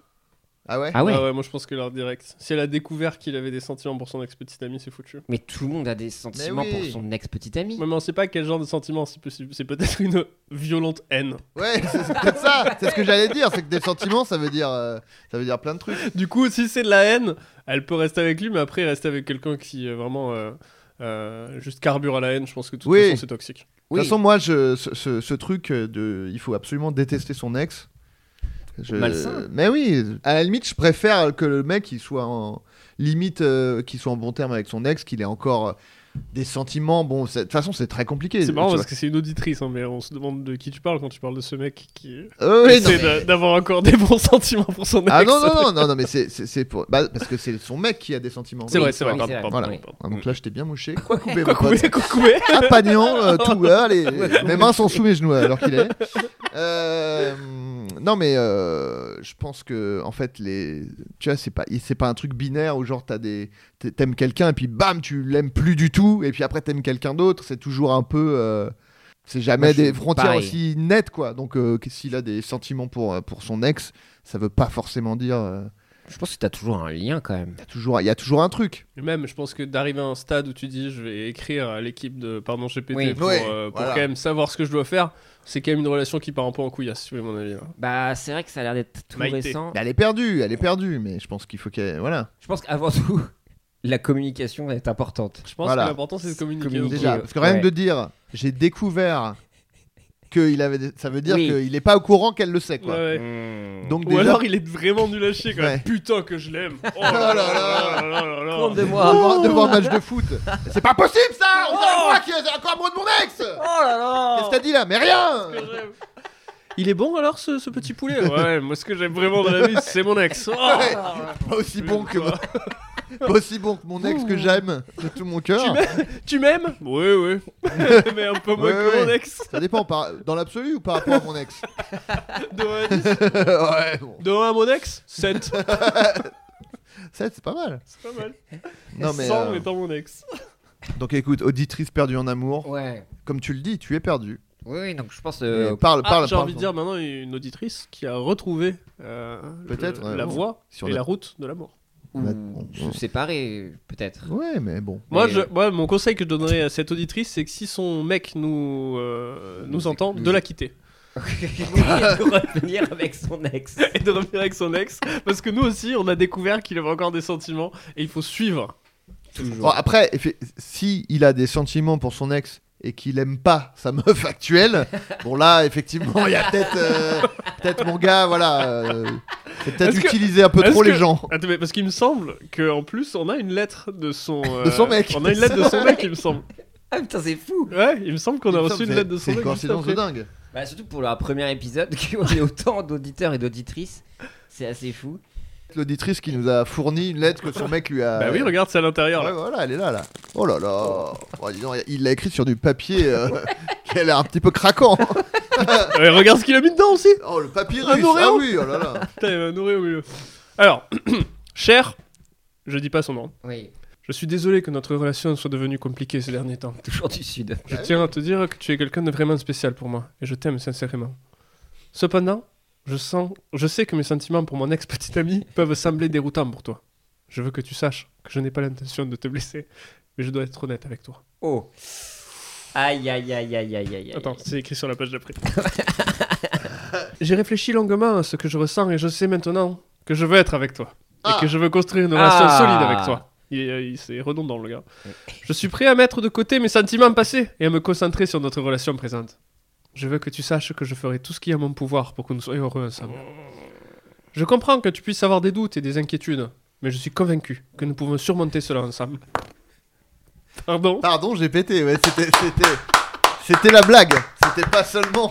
Ah ouais Ah ouais. Ah ouais, moi je pense que leur direct. Si elle a découvert qu'il avait des sentiments pour son ex-petite amie, c'est foutu. Mais tout le monde a des sentiments Mais oui. pour son ex-petite amie. Ouais, mais on sait pas quel genre de sentiments, c'est possible- c'est peut-être une violente haine. Ouais, c'est c'est peut-être ça. C'est ce que j'allais dire. C'est que des sentiments, ça veut dire, euh, ça veut dire plein de trucs. Du coup, si c'est de la haine, elle peut rester avec lui, mais après rester avec quelqu'un qui euh, vraiment euh, euh, juste carbure à la haine, je pense que de toute Oui. façon c'est toxique. De Oui. toute façon, moi, je, ce, ce- ce truc euh, de il faut absolument détester son ex. Je- Malsain. Mais oui, à la limite, je préfère que le mec il soit en limite, euh, qu'il soit en bon terme avec son ex, qu'il ait encore euh, des sentiments. Bon, c'est- de toute façon, c'est très compliqué. C'est marrant tu parce que c'est une auditrice, hein, mais on se demande de qui tu parles quand tu parles de ce mec qui vois. Euh, oui, non, essaie mais- d'a- d'avoir encore des bons sentiments pour son ex. Ah non, non, non, non, non, mais c'est- c'est c'est pour... bah, parce que c'est son mec qui a des sentiments. C'est Oui. vrai, c'est vrai. oui, pardon, c'est vrai. pardon, Voilà. pardon. Ah, donc là, je t'ai bien mouché. Quoi couper, mon pote. Coucoué, coucoué. Ah, pagnon, euh, tout, euh, allez, mes mains sont sous mes genoux alors qu'il est. Euh, non mais euh, je pense que en fait les, tu vois c'est pas c'est pas un truc binaire où genre t'as des t'es- t'aimes quelqu'un et puis bam tu l'aimes plus du tout et puis après t'aimes quelqu'un d'autre c'est toujours un peu euh, C'est Moi, jamais Bah, je des suis frontières pareil. aussi nettes, quoi. Donc, euh, que- s'il a des sentiments pour, euh, pour son ex, ça veut pas forcément dire. euh, Je pense que t'as toujours un lien quand même. il y a toujours- il y a toujours un truc. Et Même, je pense que d'arriver à un stade où tu dis je vais écrire à l'équipe de Pardon GPT Oui. pour, Ouais, euh, pour voilà. quand même savoir ce que je dois faire, c'est quand même une relation qui part un peu en couillasse, si vous voulez mon avis. hein. là. Bah, c'est vrai que ça a l'air d'être tout Maïté. récent. Mais elle est perdue, elle est perdue, mais je pense qu'il faut qu'elle. Voilà. Je pense qu'avant tout, la communication est importante. Je pense Voilà. que l'important c'est de communiquer. Communiquer. Déjà, euh, parce que rien ouais. que de dire, j'ai découvert qu'il avait. des- Ça veut dire Oui. qu'il est pas au courant qu'elle le sait, Ouais, quoi. ouais. Donc, Ou déjà, alors il est vraiment nul à chier quand même. Ouais. Putain que je l'aime. Oh là là là là. là là là là. Compte de on va moi. voir- devant un match de foot. C'est pas possible, ça On dirait moi qui est encore amoureux de mon ex Oh là là Qu'est-ce que t'as dit là Mais rien Il est bon alors ce, ce petit poulet Ouais, moi ce que j'aime vraiment dans la vie, c'est mon ex. Oh Ouais, Pas aussi bon que moi. Pas aussi bon que mon ex que j'aime de tout mon cœur. Tu m'aimes Oui, oui. Mais un peu moins Ouais, que ouais. mon ex. Ça dépend, par- dans l'absolu ou par rapport à mon ex De 1 à 10. Ouais, bon. De 1 à mon ex 7. Ça, c'est pas mal. C'est pas mal. Non, mais, 100 euh, étant mon ex. Donc écoute, auditrice perdue en amour, Ouais. comme tu le dis, tu es perdue. Oui, oui, donc je pense. euh, Et parle, Ah, parle, j'ai parle. envie de dire maintenant une auditrice qui a retrouvé euh, Peut-être, le- ouais, la bon. voie Si on et a- la route de l'amour. ou Ouais. se séparer, peut-être. Ouais, mais euh, bon. Moi, Mais- je, moi, mon conseil que je donnerais à cette auditrice, c'est que si son mec nous, euh, nous, Nous entend, éc- de nous la éc- quitter. de revenir avec son ex. Et de revenir avec son ex. Parce que nous aussi, on a découvert qu'il avait encore des sentiments. Et il faut suivre. Bon, Oh, après, effe- si il a des sentiments pour son ex et qu'il aime pas sa meuf actuelle, bon là, effectivement, il y a peut-être, euh, peut-être mon gars, voilà, euh, c'est peut-être Est-ce que- utiliser un peu est-ce trop que- les gens. Attends, mais parce qu'il me semble qu'en plus, on a une lettre de son, euh, De son mec. On a une lettre de son mec, il me semble. Ah putain, c'est fou Ouais, il me semble qu'on a reçu une C'est- lettre de son C'est une mec. juste coïncidence de après. dingue. Bah, surtout pour le premier épisode, qui on est autant d'auditeurs et d'auditrices, c'est assez fou. L'auditrice qui nous a fourni une lettre que son mec lui a. Bah oui, regarde, c'est à l'intérieur. Ouais, là. voilà, elle est là, là. Oh là là. Oh, dis donc, il l'a écrite sur du papier euh, qui a l'air un petit peu craquant. Ouais, regarde ce qu'il a mis dedans aussi. Oh, le papier Un russe. Ah Oreo. oui, oh là là. Putain, il m'a nourri au milieu. Alors, cher, je dis pas son nom. Oui, Je suis désolé que notre relation soit devenue compliquée ces derniers temps. toujours du sud. Je tiens à te dire que tu es quelqu'un de vraiment spécial pour moi et je t'aime sincèrement. Cependant, je sens, je sais que mes sentiments pour mon ex-petite amie peuvent sembler déroutants pour toi. Je veux que tu saches que je n'ai pas l'intention de te blesser, mais je dois être honnête avec toi. Oh Aïe aïe aïe aïe aïe aïe. Attends, c'est écrit sur la page d'après. J'ai réfléchi longuement à ce que je ressens et je sais maintenant que je veux être avec toi. Ah. Et que je veux construire une relation Ah. solide avec toi. Il, est- euh, il- c'est redondant, le gars. Je suis prêt à mettre de côté mes sentiments passés et à me concentrer sur notre relation présente. Je veux que tu saches que je ferai tout ce qui est à mon pouvoir pour que nous soyons heureux ensemble. Je comprends que tu puisses avoir des doutes et des inquiétudes, mais je suis convaincu que nous pouvons surmonter cela ensemble. Pardon Pardon, j'ai pété. Ouais, c'était, c'était, c'était la blague. C'était pas seulement.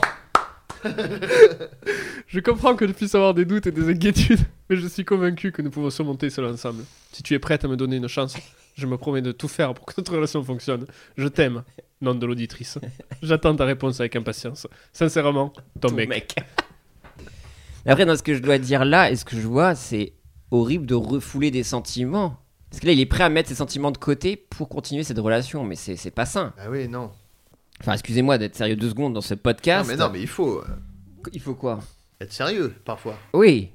Je comprends que tu puisses avoir des doutes et des inquiétudes, mais je suis convaincu que nous pouvons surmonter cela ensemble. Si tu es prête à me donner une chance, je me promets de tout faire pour que notre relation fonctionne. Je t'aime, nom de l'auditrice. J'attends ta réponse avec impatience. Sincèrement, ton, Ton mec. mec. Après, dans ce que je dois dire là, et ce que je vois, c'est horrible de refouler des sentiments. Parce que là, il est prêt à mettre ses sentiments de côté pour continuer cette relation, mais c'est c'est pas sain. Ah oui, non. Enfin, excusez-moi d'être sérieux deux secondes dans ce Non, podcast. mais non, mais il faut euh, Il faut quoi être sérieux parfois. Oui.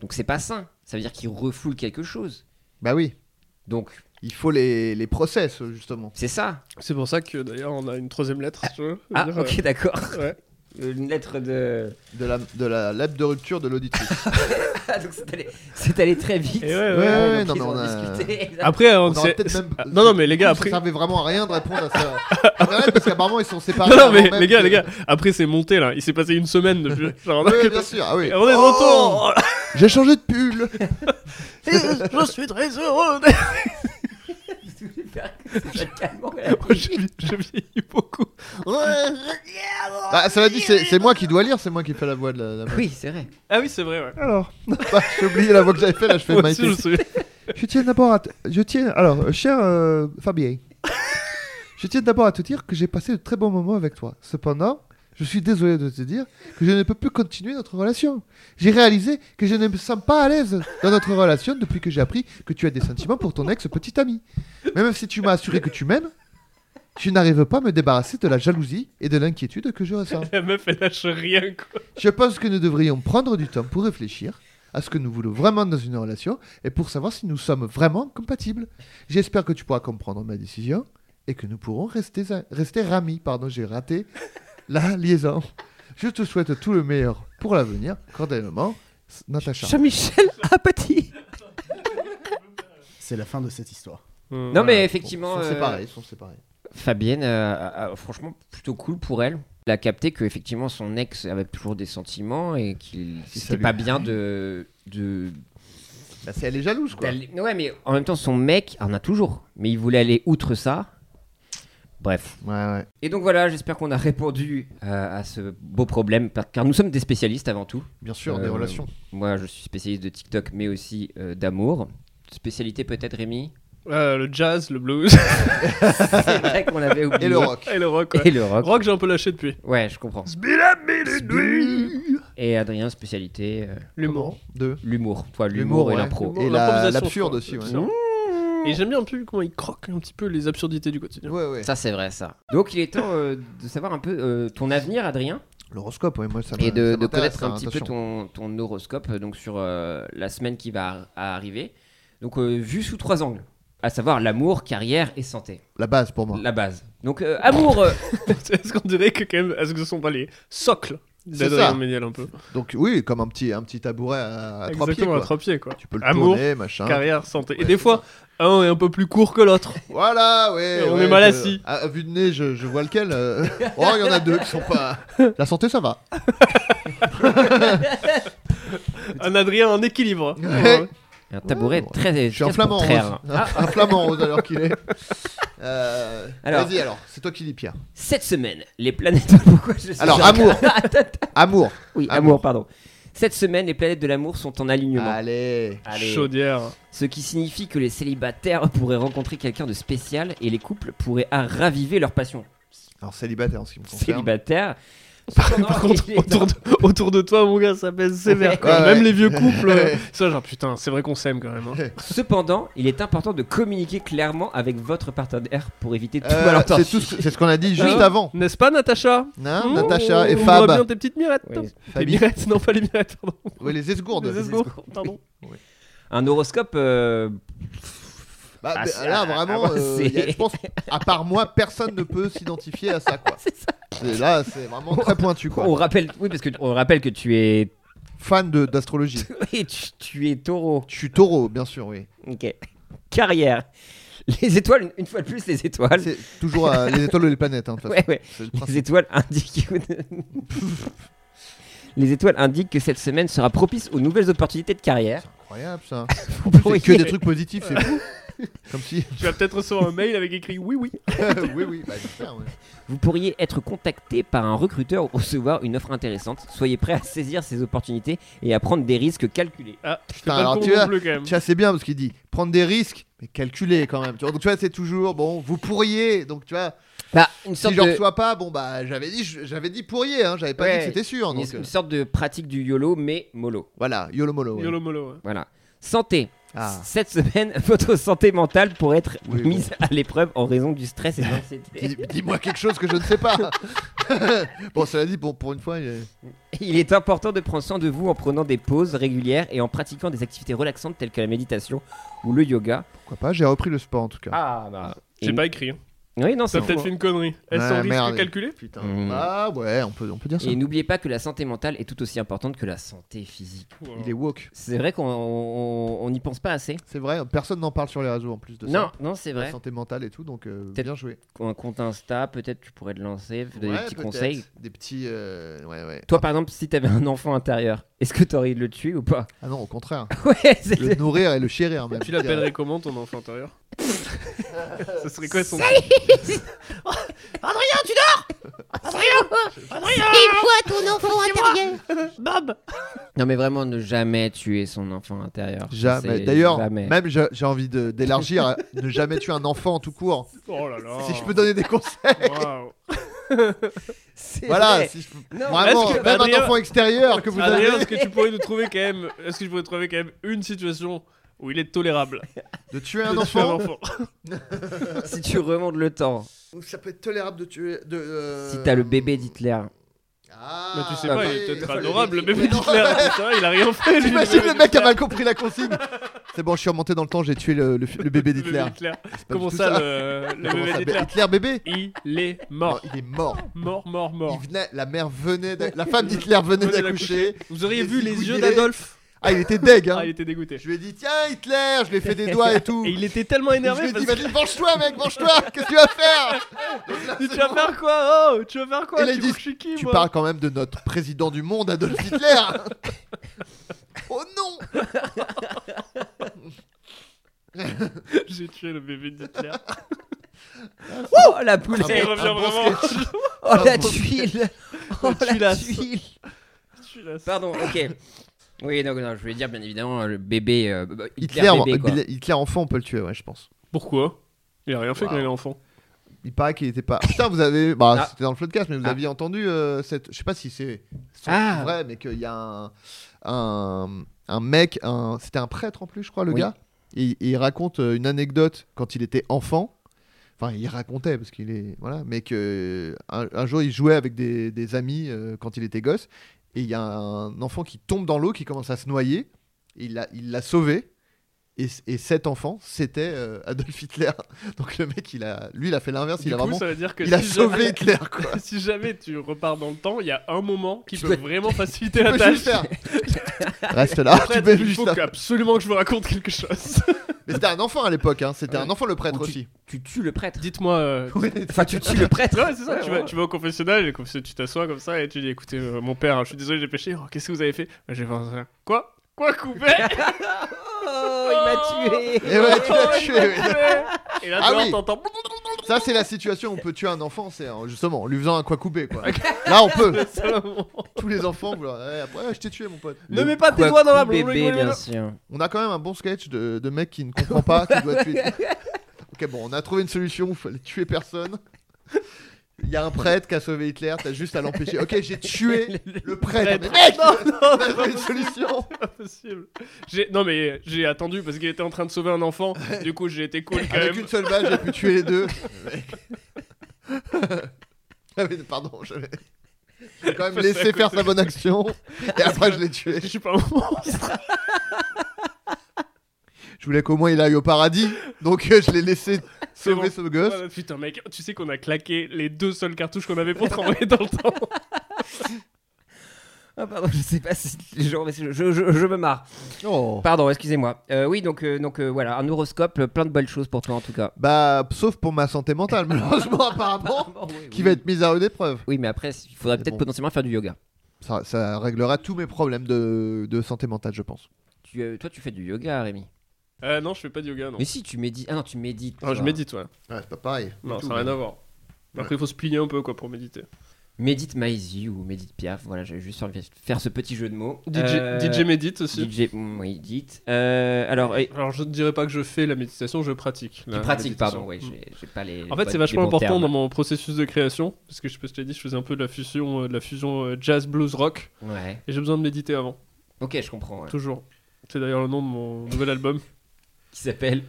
Donc c'est pas sain. Ça veut dire qu'il refoule quelque chose. Bah oui. Donc Il faut les, les process, justement. c'est ça. C'est pour ça que d'ailleurs on a une troisième lettre. si tu veux. Ah Dire, ok d'accord. euh, ouais. Une lettre de. De la, de la lettre de rupture de l'auditrice. Ah, donc c'est allé, Eh c'est allé très vite. Et ouais, ouais. Ouais, ouais, donc ils ont non, mais on a- discuté. Après, on, On aura s'est- peut-être même- Ah, Non, non, mais les gars, Ça après. servait vraiment à rien de répondre à ça. Ah, ouais, parce qu'apparemment, ils sont séparés. Non, non, avant mais même les gars, que- les gars, après c'est monté là. Il s'est passé une semaine depuis. Genre, on a- Oui, oui, bien sûr. Ah oui. On est de Oh, retour. J'ai changé de pull. Je suis très heureux. Moi, J'ai vi- j'ai vieilli beaucoup. Ah, ça l'a dit, c'est c'est moi qui dois lire, c'est moi qui fais la voix de la. la- Oui c'est vrai. Ah oui, c'est vrai, ouais. Alors, Bah, J'ai oublié la voix que j'avais fait, là, je fais Moi aussi, Mighty. je me souviens. je tiens d'abord à. t- Je tiens. Alors, euh, cher euh, Fabien, je tiens d'abord à te dire que j'ai passé de très bons moments avec toi. Cependant, je suis désolé de te dire que je ne peux plus continuer notre relation. J'ai réalisé que je ne me sens pas à l'aise dans notre relation depuis que j'ai appris que tu as des sentiments pour ton ex petite amie. Même si tu m'as assuré que tu m'aimes, Je n'arrive pas à me débarrasser de la jalousie et de l'inquiétude que je ressens. La meuf, elle lâche rien, quoi. Je pense que nous devrions prendre du temps pour réfléchir à ce que nous voulons vraiment dans une relation et pour savoir si nous sommes vraiment compatibles. J'espère que tu pourras comprendre ma décision et que nous pourrons rester, rester ramis. Pardon, j'ai raté la liaison. Je te souhaite tout le meilleur pour l'avenir. Cordialement, Natacha. Jean-Michel Apathy. C'est la fin de cette histoire. Hmm. Non, mais effectivement. Ils sont euh, séparés, ils sont séparés. Fabienne, euh, a- a- franchement, plutôt cool pour elle. Elle a capté que effectivement son ex avait toujours des sentiments et qu'il Si ça c'était lui- pas bien de de. Bah, c'est- elle est jalouse, quoi. d'aller- Ouais, mais en même temps son mec en a toujours, mais il voulait aller outre ça. Bref. Ouais, ouais. Et donc voilà, j'espère qu'on a répondu euh, à ce beau problème, par- car nous sommes des spécialistes avant tout. Bien sûr, des Euh, relations. Moi, je suis spécialiste de TikTok, mais aussi euh, d'amour. Spécialité peut-être, Rémi Euh, le jazz, le blues C'est vrai qu'on avait oublié. Et le rock. et le rock, ouais. Et le rock. Rock, j'ai un peu lâché depuis. Ouais, je comprends. Et Adrien, spécialité, euh, L'humour. Deux. l'humour. Toi, l'humour L'humour et ouais. l'impro. L'humour, Et la- l'improvisation, l'absurde quoi. aussi, ouais. L'absurde. Et j'aime bien un peu comment il croque un petit peu les absurdités du quotidien. Ouais, ouais. Ça, c'est vrai, ça. Donc, il est temps euh, de savoir un peu euh, ton avenir, Adrien, L'horoscope, ouais, moi, ça et m'a- de, ça de m'intéresse, connaître un hein, petit peu attention. ton, ton horoscope euh, donc sur euh, la semaine qui va ar- à arriver. Donc, euh, vu sous trois angles, à savoir l'amour, carrière et santé. La base pour moi. La base. Donc, euh, amour, euh, Est-ce qu'on dirait que quand même, est-ce que ce sont pas les socles C'est d'Adrien ça. Méniel un peu Donc, oui, comme un petit, un petit tabouret à, à trois pieds. Exactement, quoi. à trois pieds quoi. Tu peux le Amour, tourner, machin. Carrière, santé. Ouais, et des c'est fois, un est un peu plus court que l'autre. Voilà, ouais. Et on ouais, est mal je- assis. À, à vue de nez, je, je vois lequel. euh. Oh, il y en a deux qui sont pas. La santé, ça va. Un Adrien en équilibre. Ouais. un tabouret Ouais. très Je suis un efficace flamand pour traire. rose. Un flamand rose alors qu'il est. Euh, Alors. Vas-y alors, c'est toi qui dis Pierre. Cette semaine, les planètes. Pourquoi je suis Alors, amour. Attends, attends. Amour. oui, Amour. Ah, amour. pardon. Cette semaine, les planètes de l'amour sont en alignement. Allez. Allez. Chaudière. Ce qui signifie que les célibataires pourraient rencontrer quelqu'un de spécial et les couples pourraient ah, raviver leur passion. Alors célibataire en ce qui me concerne. Célibataire. Par contre, autour de, autour de toi, mon gars, ça pèse sévère. quoi. Ouais, ouais. Même les vieux couples, euh, ça, genre, putain, c'est vrai qu'on s'aime quand même. hein. Cependant, il est important de communiquer clairement avec votre partenaire pour éviter tout Euh, malentendu. c'est tout ce que- c'est ce qu'on a dit juste Hein avant. N'est-ce pas, Natacha Hein, Mmh. Natacha et On voit bien Fab. tes petites mirettes. Oui. Les mirettes, non pas les mirettes, pardon. Oui, les esgourdes. Les esgourdes, pardon. Un horoscope. euh, Bah, Ah, mais c'est- là, ah, vraiment, ah, euh, c'est- y a- je pense, à part moi, personne ne peut s'identifier à ça. Quoi. C'est ça. C'est- Là, c'est vraiment très pointu. Quoi. On rappelle, oui, parce que on rappelle que tu es, Fan de- d'astrologie. oui, tu, tu es Taureau. Je suis taureau, bien sûr, oui. Ok. Carrière. Les étoiles, une fois de plus, les étoiles. C'est toujours euh, les étoiles ou les planètes. hein, de toute façon. Ouais, ouais. C'est le Les principe. étoiles indiquent. les étoiles indiquent que cette semaine sera propice aux nouvelles opportunités de carrière. Incroyable ça. Vous C'est pourriez- que des trucs positifs, c'est fou. Comme si. Tu vas peut-être recevoir un mail avec écrit oui, oui. oui, oui, bah, j'espère. ouais. Vous pourriez être contacté par un recruteur ou recevoir une offre intéressante. Soyez prêt à saisir ces opportunités et à prendre des risques calculés. Ah, je fais Putain, pas le alors con tu non vois, plus, quand même. Tu vois, c'est bien parce qu'il dit prendre des risques, mais calculer quand même. Tu vois, donc tu vois, c'est toujours bon, vous pourriez. Donc tu vois, Bah, une si sorte j'en de reçois pas, bon bah j'avais dit, j'avais dit pourriez, hein, j'avais pas Ouais. dit que c'était sûr. une, Donc euh, une sorte de pratique du YOLO mais mollo. voilà, yolo molo. ouais. Yolo molo, ouais. Voilà. Santé. Ah. Cette semaine, votre santé mentale pourrait être Oui, bon. mise à l'épreuve en raison du stress et de l'anxiété. Dis- Dis-moi quelque chose que je ne sais pas. bon, cela dit, bon, pour une fois, il est- Il est important de prendre soin de vous en prenant des pauses régulières et en pratiquant des activités relaxantes telles que la méditation ou le yoga. pourquoi pas J'ai repris le sport en tout cas. Ah bah. J'ai pas écrit. hein. Oui, non, c'est T'as peut-être faux, fait hein. une connerie. Elles Ouais, sont risques merde. calculés Putain. Mm. Ah ouais, on peut, on peut dire ça. Et n'oubliez pas que la santé mentale est tout aussi importante que la santé physique. Il est woke. C'est vrai qu'on on- on n'y pense pas assez. C'est vrai, personne n'en parle sur les réseaux en plus de Non, ça. non, c'est La vrai. santé mentale et tout, donc euh, Peut-être bien joué. Un compte Insta, peut-être tu pourrais le lancer, donner Ouais, des petits peut-être. conseils. Des petits. euh, Ouais, ouais. Toi, par exemple, si t'avais un enfant intérieur, est-ce que t'aurais envie de le tuer ou pas Ah non, au contraire. Ouais, c'est- Le nourrir et le chérir même. euh, Tu l'appellerais comment ton enfant intérieur Ce serait quoi son. C'est quoi ton enfant intérieur Non, mais vraiment, ne jamais tuer son enfant intérieur. Jamais. C'est- D'ailleurs, jamais. même je- j'ai envie de- d'élargir à ne jamais tuer un enfant tout court. Oh là là. Si je peux donner des conseils. Waouh. C'est Voilà, vrai. si je peux- Non, vraiment, est-ce que- même Adrien- un enfant extérieur que vous avez. Adrien, est-ce que tu pourrais nous trouver quand même. Est-ce que je pourrais trouver quand même une situation où il est tolérable De tuer de un tuer enfant. enfant si tu remontes le temps, Donc ça peut être tolérable de tuer. De, euh, Si t'as le bébé d'Hitler. Ah, Bah, tu sais Ah, pas, bah, il est oui. peut-être Enfin, adorable, le mec- bébé d'Hitler. putain, Il a rien fait, lui. T'imagines le mec a mal compris la consigne C'est bon, je suis remonté dans le temps, j'ai tué le, le- le bébé Le d'Hitler. Hitler. C'est pas Comment du tout ça, le, le Comment bébé ça, d'Hitler Hitler bébé Il est Non, mort. il est mort. Mort, mort, Il mort. venait, la mère venait, d'a- la femme d'Hitler venait Venait d'accoucher. Vous auriez Il vu est les yeux zigouillé. d'Adolphe. Ah, il était deg, hein. Ah, il était dégoûté. Je lui ai dit, tiens, Hitler, je lui ai fait des doigts et tout. Et il était tellement je lui énervé ai parce dit, que vas-y, venge-toi, mec, venge-toi, qu'est-ce que tu vas faire Donc là, tu c'est vas bon. faire quoi Oh, tu vas faire Et quoi là, Tu ils crois disent, que je suis qui, Tu moi parles quand même de notre président du monde, Adolf Hitler Oh non J'ai tué le bébé d'Hitler. Oh la Ah, mais Il boulette revient un Ah bon vraiment. Oh la Ah, bon. tuile Oh la Tuilasse. tuile Je suis là. Pardon, ok. Oui, donc non, je voulais dire bien évidemment euh, le bébé euh, bah, Hitler, Hitler, en- bébé quoi. Hitler enfant, on peut le tuer, ouais, je pense. Pourquoi Il a rien fait quand Wow. il est enfant. Il paraît qu'il était pas. Putain, vous avez. Bah, Ah. c'était dans le podcast, mais vous Ah. aviez entendu euh, cette. Je sais pas si c'est c'est Ah. vrai, mais qu'il y a un. Un, un mec, un... c'était un prêtre en plus, je crois, le Oui. gars. Et, et il raconte euh, une anecdote quand il était enfant. Enfin, il racontait parce qu'il est. Voilà, mais que. Un, un jour, il jouait avec des, des amis euh, quand il était gosse. Et il y a un enfant qui tombe dans l'eau, qui commence à se noyer. Et il l'a il l'a sauvé. Et, et cet enfant, c'était euh, Adolf Hitler. Donc le mec, il a, lui, il a fait l'inverse. Du Il a coup, vraiment, ça veut dire que il a si sauvé jamais- Hitler, quoi. Si jamais tu repars dans le temps, il y a un moment qui Tu peut peux- vraiment faciliter Tu la peux juste tâche. faire. Reste là. Après, tu peux il juste faut là. absolument que je vous raconte quelque chose. Mais c'était un enfant à l'époque. hein. C'était un enfant le prêtre Ou aussi. Tu tues le prêtre. Dites-moi. euh, Enfin, tu tues le prêtre. Ouais, c'est ça, tu, vas, ouais. tu vas au confessionnal, et comme ça, tu t'assois comme ça et tu dis écoutez, euh, mon père, je suis désolé, j'ai péché. Oh, Qu'est-ce que vous avez fait Bah, J'ai fait un- Quoi Quoi couper Oh, il m'a tué. Et ouais, tu l'as tué. oui. Et là, Ah dehors, oui. t'entends. Ça, c'est la situation où on peut tuer un enfant, c'est en- justement en lui faisant un quoi coupé, quoi. Là, on peut. Salomon. Tous les enfants, vous leur- ouais, après, ouais, je t'ai tué, mon pote. Ne mets pas tes doigts dans la blonde. bébé, bien sûr. On a quand même un bon sketch de, de mec qui ne comprend pas, qui doit tuer. Ok, bon, on a trouvé une solution, il fallait tuer personne. Il y a un prêtre qui a sauvé Hitler, t'as juste à l'empêcher. Ok, j'ai tué le prêtre. Mais mec, on a trouvé une solution. Impossible. J'ai- Non, mais euh, j'ai attendu parce qu'il était en train de sauver un enfant. Du coup, j'ai été cool quand Avec même. une seule balle, j'ai pu tuer les deux. Ah oui, Pardon, j'avais j'ai quand même Passé à laissé faire côté. sa bonne action et après je l'ai tué. Je suis pas un monstre. Je voulais qu'au moins il aille au paradis, donc euh, je l'ai laissé C'est sauver bon. ce gosse. Ah, putain, mec, tu sais qu'on a claqué les deux seules cartouches qu'on avait pour travailler dans le temps. Ah, pardon, je sais pas si les gens. mais Je, je, je- je me marre. Oh. Pardon, excusez-moi. Euh, oui, donc, euh, donc euh, voilà, un horoscope, euh, plein de bonnes choses pour toi en tout cas. Bah, sauf pour ma santé mentale, malheureusement, apparemment, qui oui. va être mise à rude épreuve. Oui, mais après, il faudrait Mais peut-être bon. potentiellement faire du yoga. Ça, ça réglera tous mes problèmes de, de santé mentale, je pense. Tu, euh, toi, tu fais du yoga, Rémi. Euh, non, je fais pas de yoga, non. Mais si, tu médites. Ah non, tu médites. Non, je toi. médite, ouais. Ouais, c'est pas pareil. Non, ça n'a rien à voir. Après, il faut se plier un peu quoi pour méditer. Euh, Médite Maisy ou Médite Piaf. Voilà, j'avais juste envie de faire ce petit jeu de mots. DJ, Euh, DJ médite aussi. DJ, mm, oui, dites. Euh, alors, euh, Alors, je ne dirais pas que je fais la méditation, je pratique. la tu pratiques, méditation. pardon, oui, j'ai- j'ai pas les. En fait, c'est vachement important dans mon processus de création, parce que je peux te dire, je faisais un peu de la fusion, euh, de la fusion euh, jazz, blues, rock, mon. Ouais, et j'ai besoin de méditer avant, ok, je comprends. ouais. toujours. C'est d'ailleurs le nom de mon nouvel album, Qui s'appelle.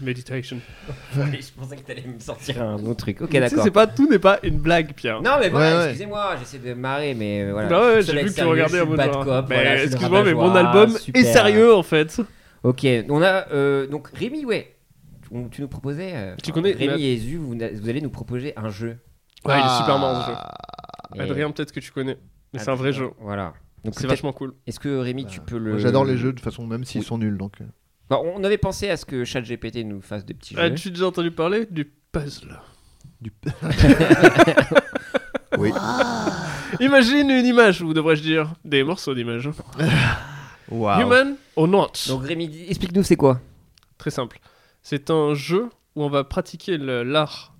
Meditation. je pensais que t'allais me sortir un autre truc. Ok, Mais tu sais, d'accord. c'est pas tout n'est pas une blague, Pierre. Non, mais voilà, Ouais, ouais. excusez-moi, j'essaie de me marrer, mais euh, voilà. Bah ouais, Je suis j'ai seul à vu être que tu sérieux, regardais je à suis mode. bad cop, Mais voilà, je suis le excuse-moi, mais mon rabat-joie, album est super. sérieux en fait. Ok, on a euh, donc Rémi, ouais. Tu- Tu nous proposais. euh, Tu enfin, connais- Rémi et Zu, vous, na- vous allez nous proposer un jeu. Ouais, il est super marrant ce jeu. Ah, Et- Adrien, peut-être que tu connais, mais c'est un vrai jeu. Voilà. Donc C'est Ah, peut-être- vachement cool. Est-ce que Rémi, tu peux le. Bah, moi, J'adore Euh, les jeux de toute façon, même s'ils Oui. sont nuls. Donc... euh. Bah, on avait pensé à ce que ChatGPT nous fasse des petits jeux. As-tu déjà entendu parler du puzzle Du... oui. Imagine une image, ou devrais-je dire des morceaux d'images. Human or not Donc Rémi, dis- explique-nous c'est quoi Très simple. C'est un jeu où on va pratiquer le- l'art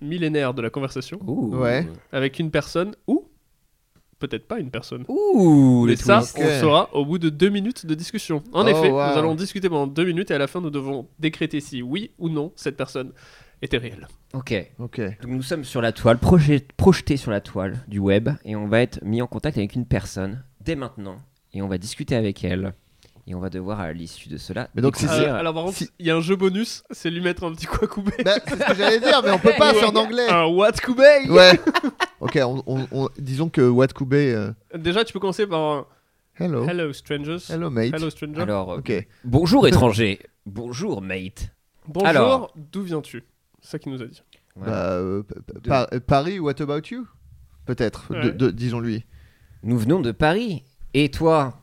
millénaire de la conversation Ouh. Ouais. avec une personne ou peut-être pas une personne. Ouh, Mais le ça, twist. on le saura au bout de deux minutes de discussion. En Oh, effet, wow. nous allons discuter pendant deux minutes et à la fin, nous devons décréter si oui ou non cette personne était réelle. Ok. Ok. Donc nous sommes sur la toile, projet- projetés sur la toile du web, et on va être mis en contact avec une personne dès maintenant, et on va discuter avec elle. Et on va devoir, à l'issue de cela, Mais donc, si découvrir- Euh, alors, par contre, il y a un jeu bonus, c'est lui mettre un petit quoi coupé. Bah, c'est ce que j'allais dire, mais on peut pas, c'est en anglais. Un what coupé Ouais. Ok, on, on- on- disons que What Kube. euh, Déjà, tu peux commencer par un hello. Hello Strangers. Oh. Hello, mate. Hello Stranger. Alors, euh, Ok. bonjour étranger. bonjour mate. Bonjour, alors. d'où viens-tu C'est ça qu'il nous a dit. Bah, euh, pa- pa- Par- euh, Paris, what about you Peut-être, de- Ouais. de- disons-lui. Nous venons de Paris. Et toi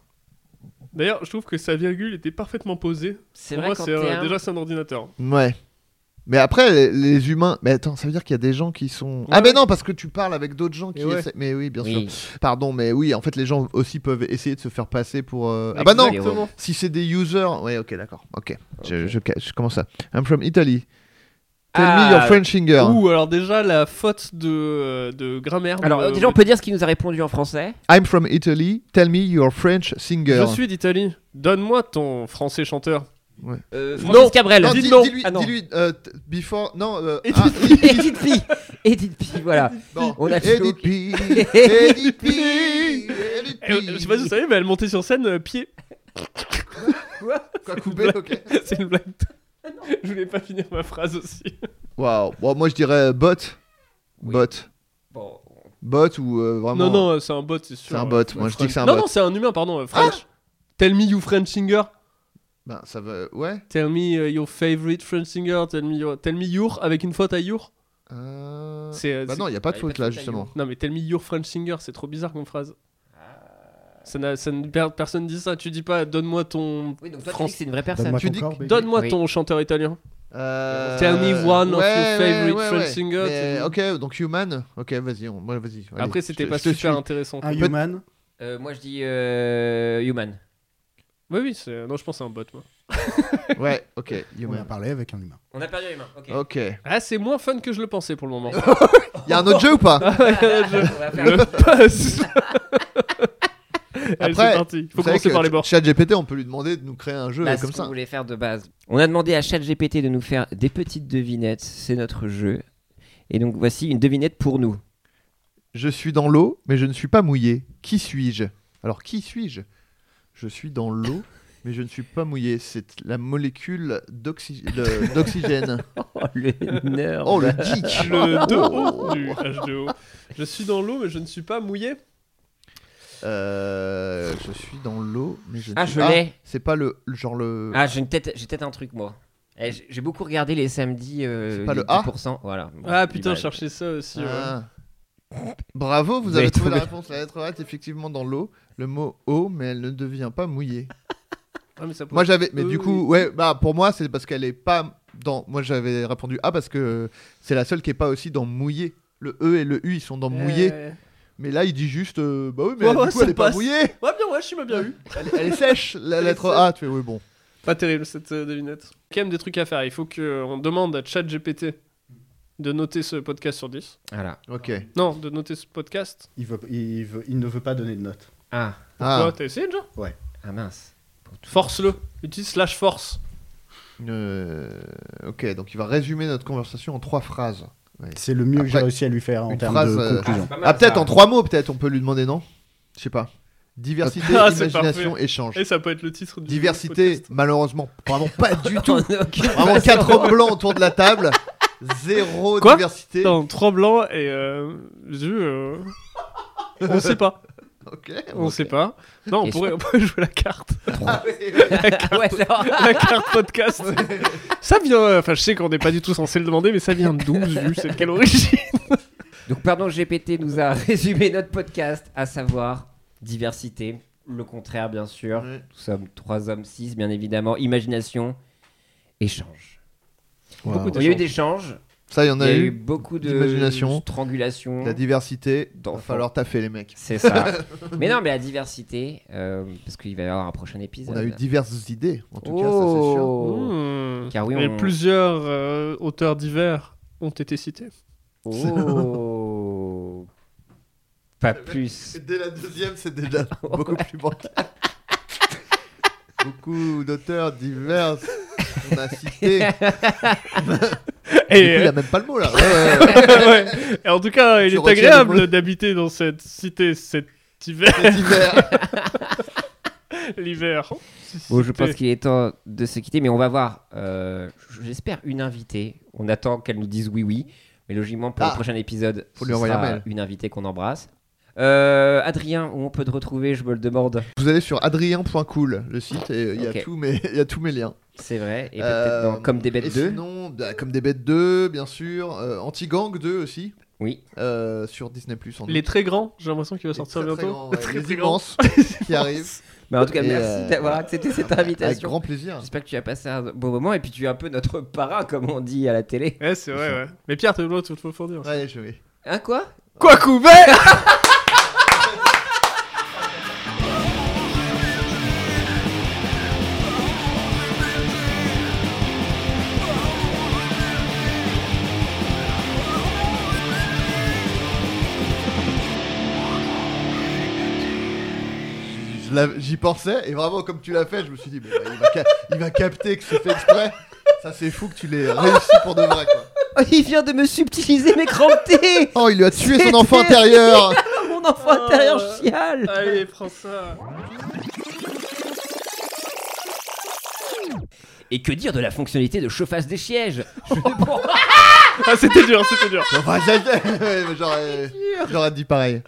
D'ailleurs, je trouve que sa virgule était parfaitement posée. C'est Pour vrai moi, quand c'est, euh, t'es un- déjà c'est un ordinateur. Ouais. Mais après, les, les humains. Mais attends, ça veut dire qu'il y a des gens qui sont. ah, Ouais. mais non, parce que tu parles avec d'autres gens qui Et ouais. essaient- Mais oui, bien Oui. sûr. Pardon, mais oui, en fait, les gens aussi peuvent essayer de se faire passer pour. euh, Ah, bah non Exactement. Si c'est des users. Ouais, ok, d'accord. Ok. Je, Ok. je, ca- je commence ça. I'm from Italy. Tell Ah, me your French singer. Ou alors déjà la faute de, euh, de grammaire. Alors, de- euh, déjà, on peut dire ce qu'il nous a répondu en français. I'm from Italy. Tell me your French singer. Je suis d'Italie. Donne-moi ton français chanteur. Euh, Francis Cabrel. Non, Dites dis- non. dis-lui, Ah, non. dis-lui, euh, t- before, non, euh, Et ah, Edith Pie. Edith Pie, voilà. Bon, On a Edith Flo Piaf, Edith Piaf, Edith Eh, Et, euh, je sais pas si vous Piaf. savez, mais elle montait sur scène euh, pied. Quoi couper, ok. c'est une blague. je voulais pas finir ma phrase aussi. Waouh, Bon, moi je dirais euh, bot. Bot. Bon, Bot ou euh, vraiment. Non, non, euh, c'est un bot, c'est sûr. C'est un Ouais. bot, moi, je dis que c'est un non, bot. Ah Non, c'est un humain, pardon. euh, French. Tell me you French singer. Ben, ça veut. Ouais. Tell me euh, your favorite French singer. Tell me your, tell me your avec une faute à your. Euh... C'est, euh, Bah c'est- non, il a pas de Ah, faute il y a pas là de faute, justement. Non, mais tell me your French singer, c'est trop bizarre comme phrase. Ça n'a, ça ne- per- personne dit ça. Tu dis pas donne-moi ton, oui, donc toi, tu France- dis que c'est une vraie personne. Donne-moi tu ton dis- corps, baby. donne-moi Oui. ton chanteur italien. Euh... Tell me one of ouais, your favorite ouais, ouais, French ouais. singers. Mais, ok, donc Human. Ok, vas-y, on... moi vas-y. allez, Après, je c'était te- pas je te super suis. intéressant. Un human. Euh, moi, je dis euh, Human. Oui, oui, c'est... non, je pense que c'est un bot, moi. Ouais, ok, On a Human. parlé avec un humain. On a perdu Human. Ok. Ok. Il Ah, c'est moins fun que je le pensais pour le moment. y a un autre jeu ou pas On va faire- le passe Allez, Après, c'est parti. Vous Faut savez commencer que par les bords. Chat GPT, on peut lui demander de nous créer un jeu Là, euh, c'est comme ce qu'on ça. voulait faire de base. On a demandé à ChatGPT de nous faire des petites devinettes. C'est notre jeu. Et donc, voici une devinette pour nous. Je suis dans l'eau, mais je ne suis pas mouillé. Qui suis-je Alors, qui suis-je Je suis dans l'eau, mais je ne suis pas mouillé. C'est la molécule d'oxy- de- d'oxygène. Oh, le nerd. oh, le geek Le 2 Oh. haut du H2O. Je suis dans l'eau, mais je ne suis pas mouillé. Euh, Je suis dans l'eau, mais je ne Ah, suis je pas... l'ai. C'est pas le... le Genre le... Ah, j'ai une tête- j'ai peut-être un truc, moi. Eh, J'ai j'ai beaucoup regardé les samedis. euh, C'est pas les le A 10%, Voilà. Bon, Ah putain, bah, je cherchais ça aussi. ouais. Ah. Bravo, vous Vous avez avez trouvé la trouvé. réponse. La lettre A est effectivement dans l'eau. Le mot eau, mais elle ne devient pas mouillée. Ah, mais ça pourrait- Moi j'avais, mais Euh, du coup, oui. ouais, bah pour moi c'est parce qu'elle est pas dans. Moi j'avais répondu A parce que c'est la seule qui est pas aussi dans mouillé. Le E et le U ils sont dans mouillé, Euh, mais là il dit juste, euh, bah oui, mais Ouais, du ouais, coup ça elle est pas passe. mouillée. Ouais, Bah, bien, ouais, je suis bien eu. Elle, elle est sèche, la Elle est lettre sèche. A. Tu fais oui bon. Pas terrible cette euh, devinette. Quand même des trucs à faire. Il faut qu'on demande à ChatGPT de noter ce podcast sur 10. Voilà. Ok. Non, de noter ce podcast. Il, veut, il, veut- il ne veut pas donner de notes. Ah, Ah, Toi, t'as essayé déjà ah mince. Force-le. Utilise slash force. euh, ok. Donc il va résumer notre conversation en trois phrases. C'est le mieux que j'ai Après, réussi à lui faire en une termes phrase, de euh, conclusion. pas mal, Ah peut-être ça. en trois mots peut-être on peut lui demander non. Je sais pas. Diversité, Ah, c'est imagination, échange. Et ça peut être le titre du Diversité, podcast. malheureusement, vraiment pas du tout. On a aucune- Vraiment quatre hommes blancs autour de la table. Zéro Quoi diversité. Dans trois blancs et euh, je, euh, on sait pas, Ok. on sait pas. Non, on Et pourrait, on pourrait jouer la carte, Ah Ouais, c'est vrai. la carte podcast. ça vient, euh, enfin je sais qu'on n'est pas du tout censé le demander, mais ça vient d'où vu C'est de quelle origine Donc, pardon, GPT nous a résumé notre podcast, à savoir diversité, le contraire, bien sûr. Ouais. Nous sommes trois hommes, six, bien évidemment. Imagination, échange. Wow. Il y a eu des échanges, Ça, il y il en y a a eu eu. beaucoup de d'imagination, strangulation. La diversité. D'enfants. Va falloir taffer, les mecs. C'est ça. mais non, mais la diversité, euh, parce qu'il va y avoir un prochain épisode. On a eu diverses idées, en tout cas, ça c'est sûr. Oh. Car oui, Et on- plusieurs euh, auteurs divers ont été cités. Oh. Pas plus. Dès la deuxième, c'est déjà beaucoup plus bancal. beaucoup d'auteurs divers. On a cité. Du coup, Et, euh, il a même pas le mot là. Ouais, ouais, ouais. ouais. Et en tout cas, il Tu est retiens le agréable mot. d'habiter dans cette cité cet hiver. Divers. l'hiver. Bon, je pense qu'il est temps de se quitter, mais on va voir. euh, j'espère une invitée. On attend qu'elle nous dise oui, oui. Mais logiquement, pour Ah. le prochain épisode, Faut ce lui envoyer un sera mail. une invitée qu'on embrasse. Euh, Adrien, où on peut te retrouver Je me le demande. Vous allez sur adrien.cool, le site, et euh, il y a Ok. tous mes- il y a tous mes liens. C'est vrai. Et bah, Euh, peut-être dans Comme des et bêtes 2. Sinon, bah, comme des bêtes 2, bien sûr. euh, Anti-gang 2 aussi, Oui. euh, sur Disney Plus. Les très grands, j'ai l'impression qu'il va sortir bientôt. les très grands. immenses qui arrivent. Mais en tout cas, Et, merci euh, d'avoir accepté cette Avec invitation. grand plaisir. J'espère que tu as passé un bon moment et puis tu es un peu notre parrain, comme on dit à la télé. Ouais, c'est vrai, ouais. Mais Pierre, t'es le droit de te le fournir. Allez, je vais. Hein, quoi Quoi couvert Je l'avais- J'y pensais, et vraiment, comme tu l'as fait, je me suis dit, mais, bah, il, va ca- il va capter que c'est fait exprès. Ça, c'est fou que tu l'aies réussi pour de vrai, quoi. Oh, Il vient de me subtiliser mes crampes Oh, il lui a tué C'est son enfant terrible. intérieur Mon enfant intérieur chiale Allez, prends ça. Et que dire de la fonctionnalité de chauffage des sièges Ah, c'était dur, c'était dur. Enfin, j'ai- bah, ouais, mais j'aurais j'aurais dit pareil.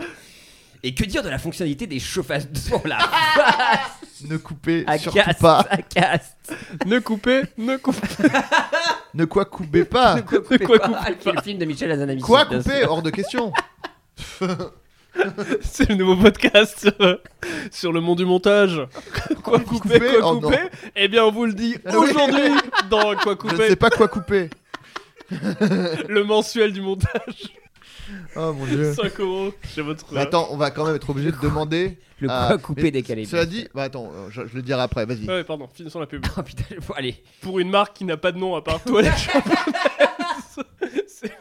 Et que dire de la fonctionnalité des chauffages de son là Ne coupez À surtout casse, pas. à casse. Ne coupez, ne coupez. Ne quoi couper pas. Quoi couper Quoi pas, couper qui est le film de Michel Hazanavicius, Quoi bien couper sûr. Hors de question. C'est le nouveau podcast sur, euh, sur le monde du montage. Quoi couper, couper, quoi oh non. couper Eh bien, on vous le dit Ah oui. aujourd'hui dans Quoi Je ne sais couper, pas quoi couper. le mensuel du montage. Oh mon dieu. 5 euros chez votre. euh, Mais attends, on va quand même être obligé de demander. Le à- quoi couper Ah, mais décalé. Cela dit, bah attends, euh, je, je le dirai après, vas-y. Ouais, pardon, finissons la pub. Oh putain, je- bon, allez. Pour une marque qui n'a pas de nom à part Toilette Japonaise. C'est-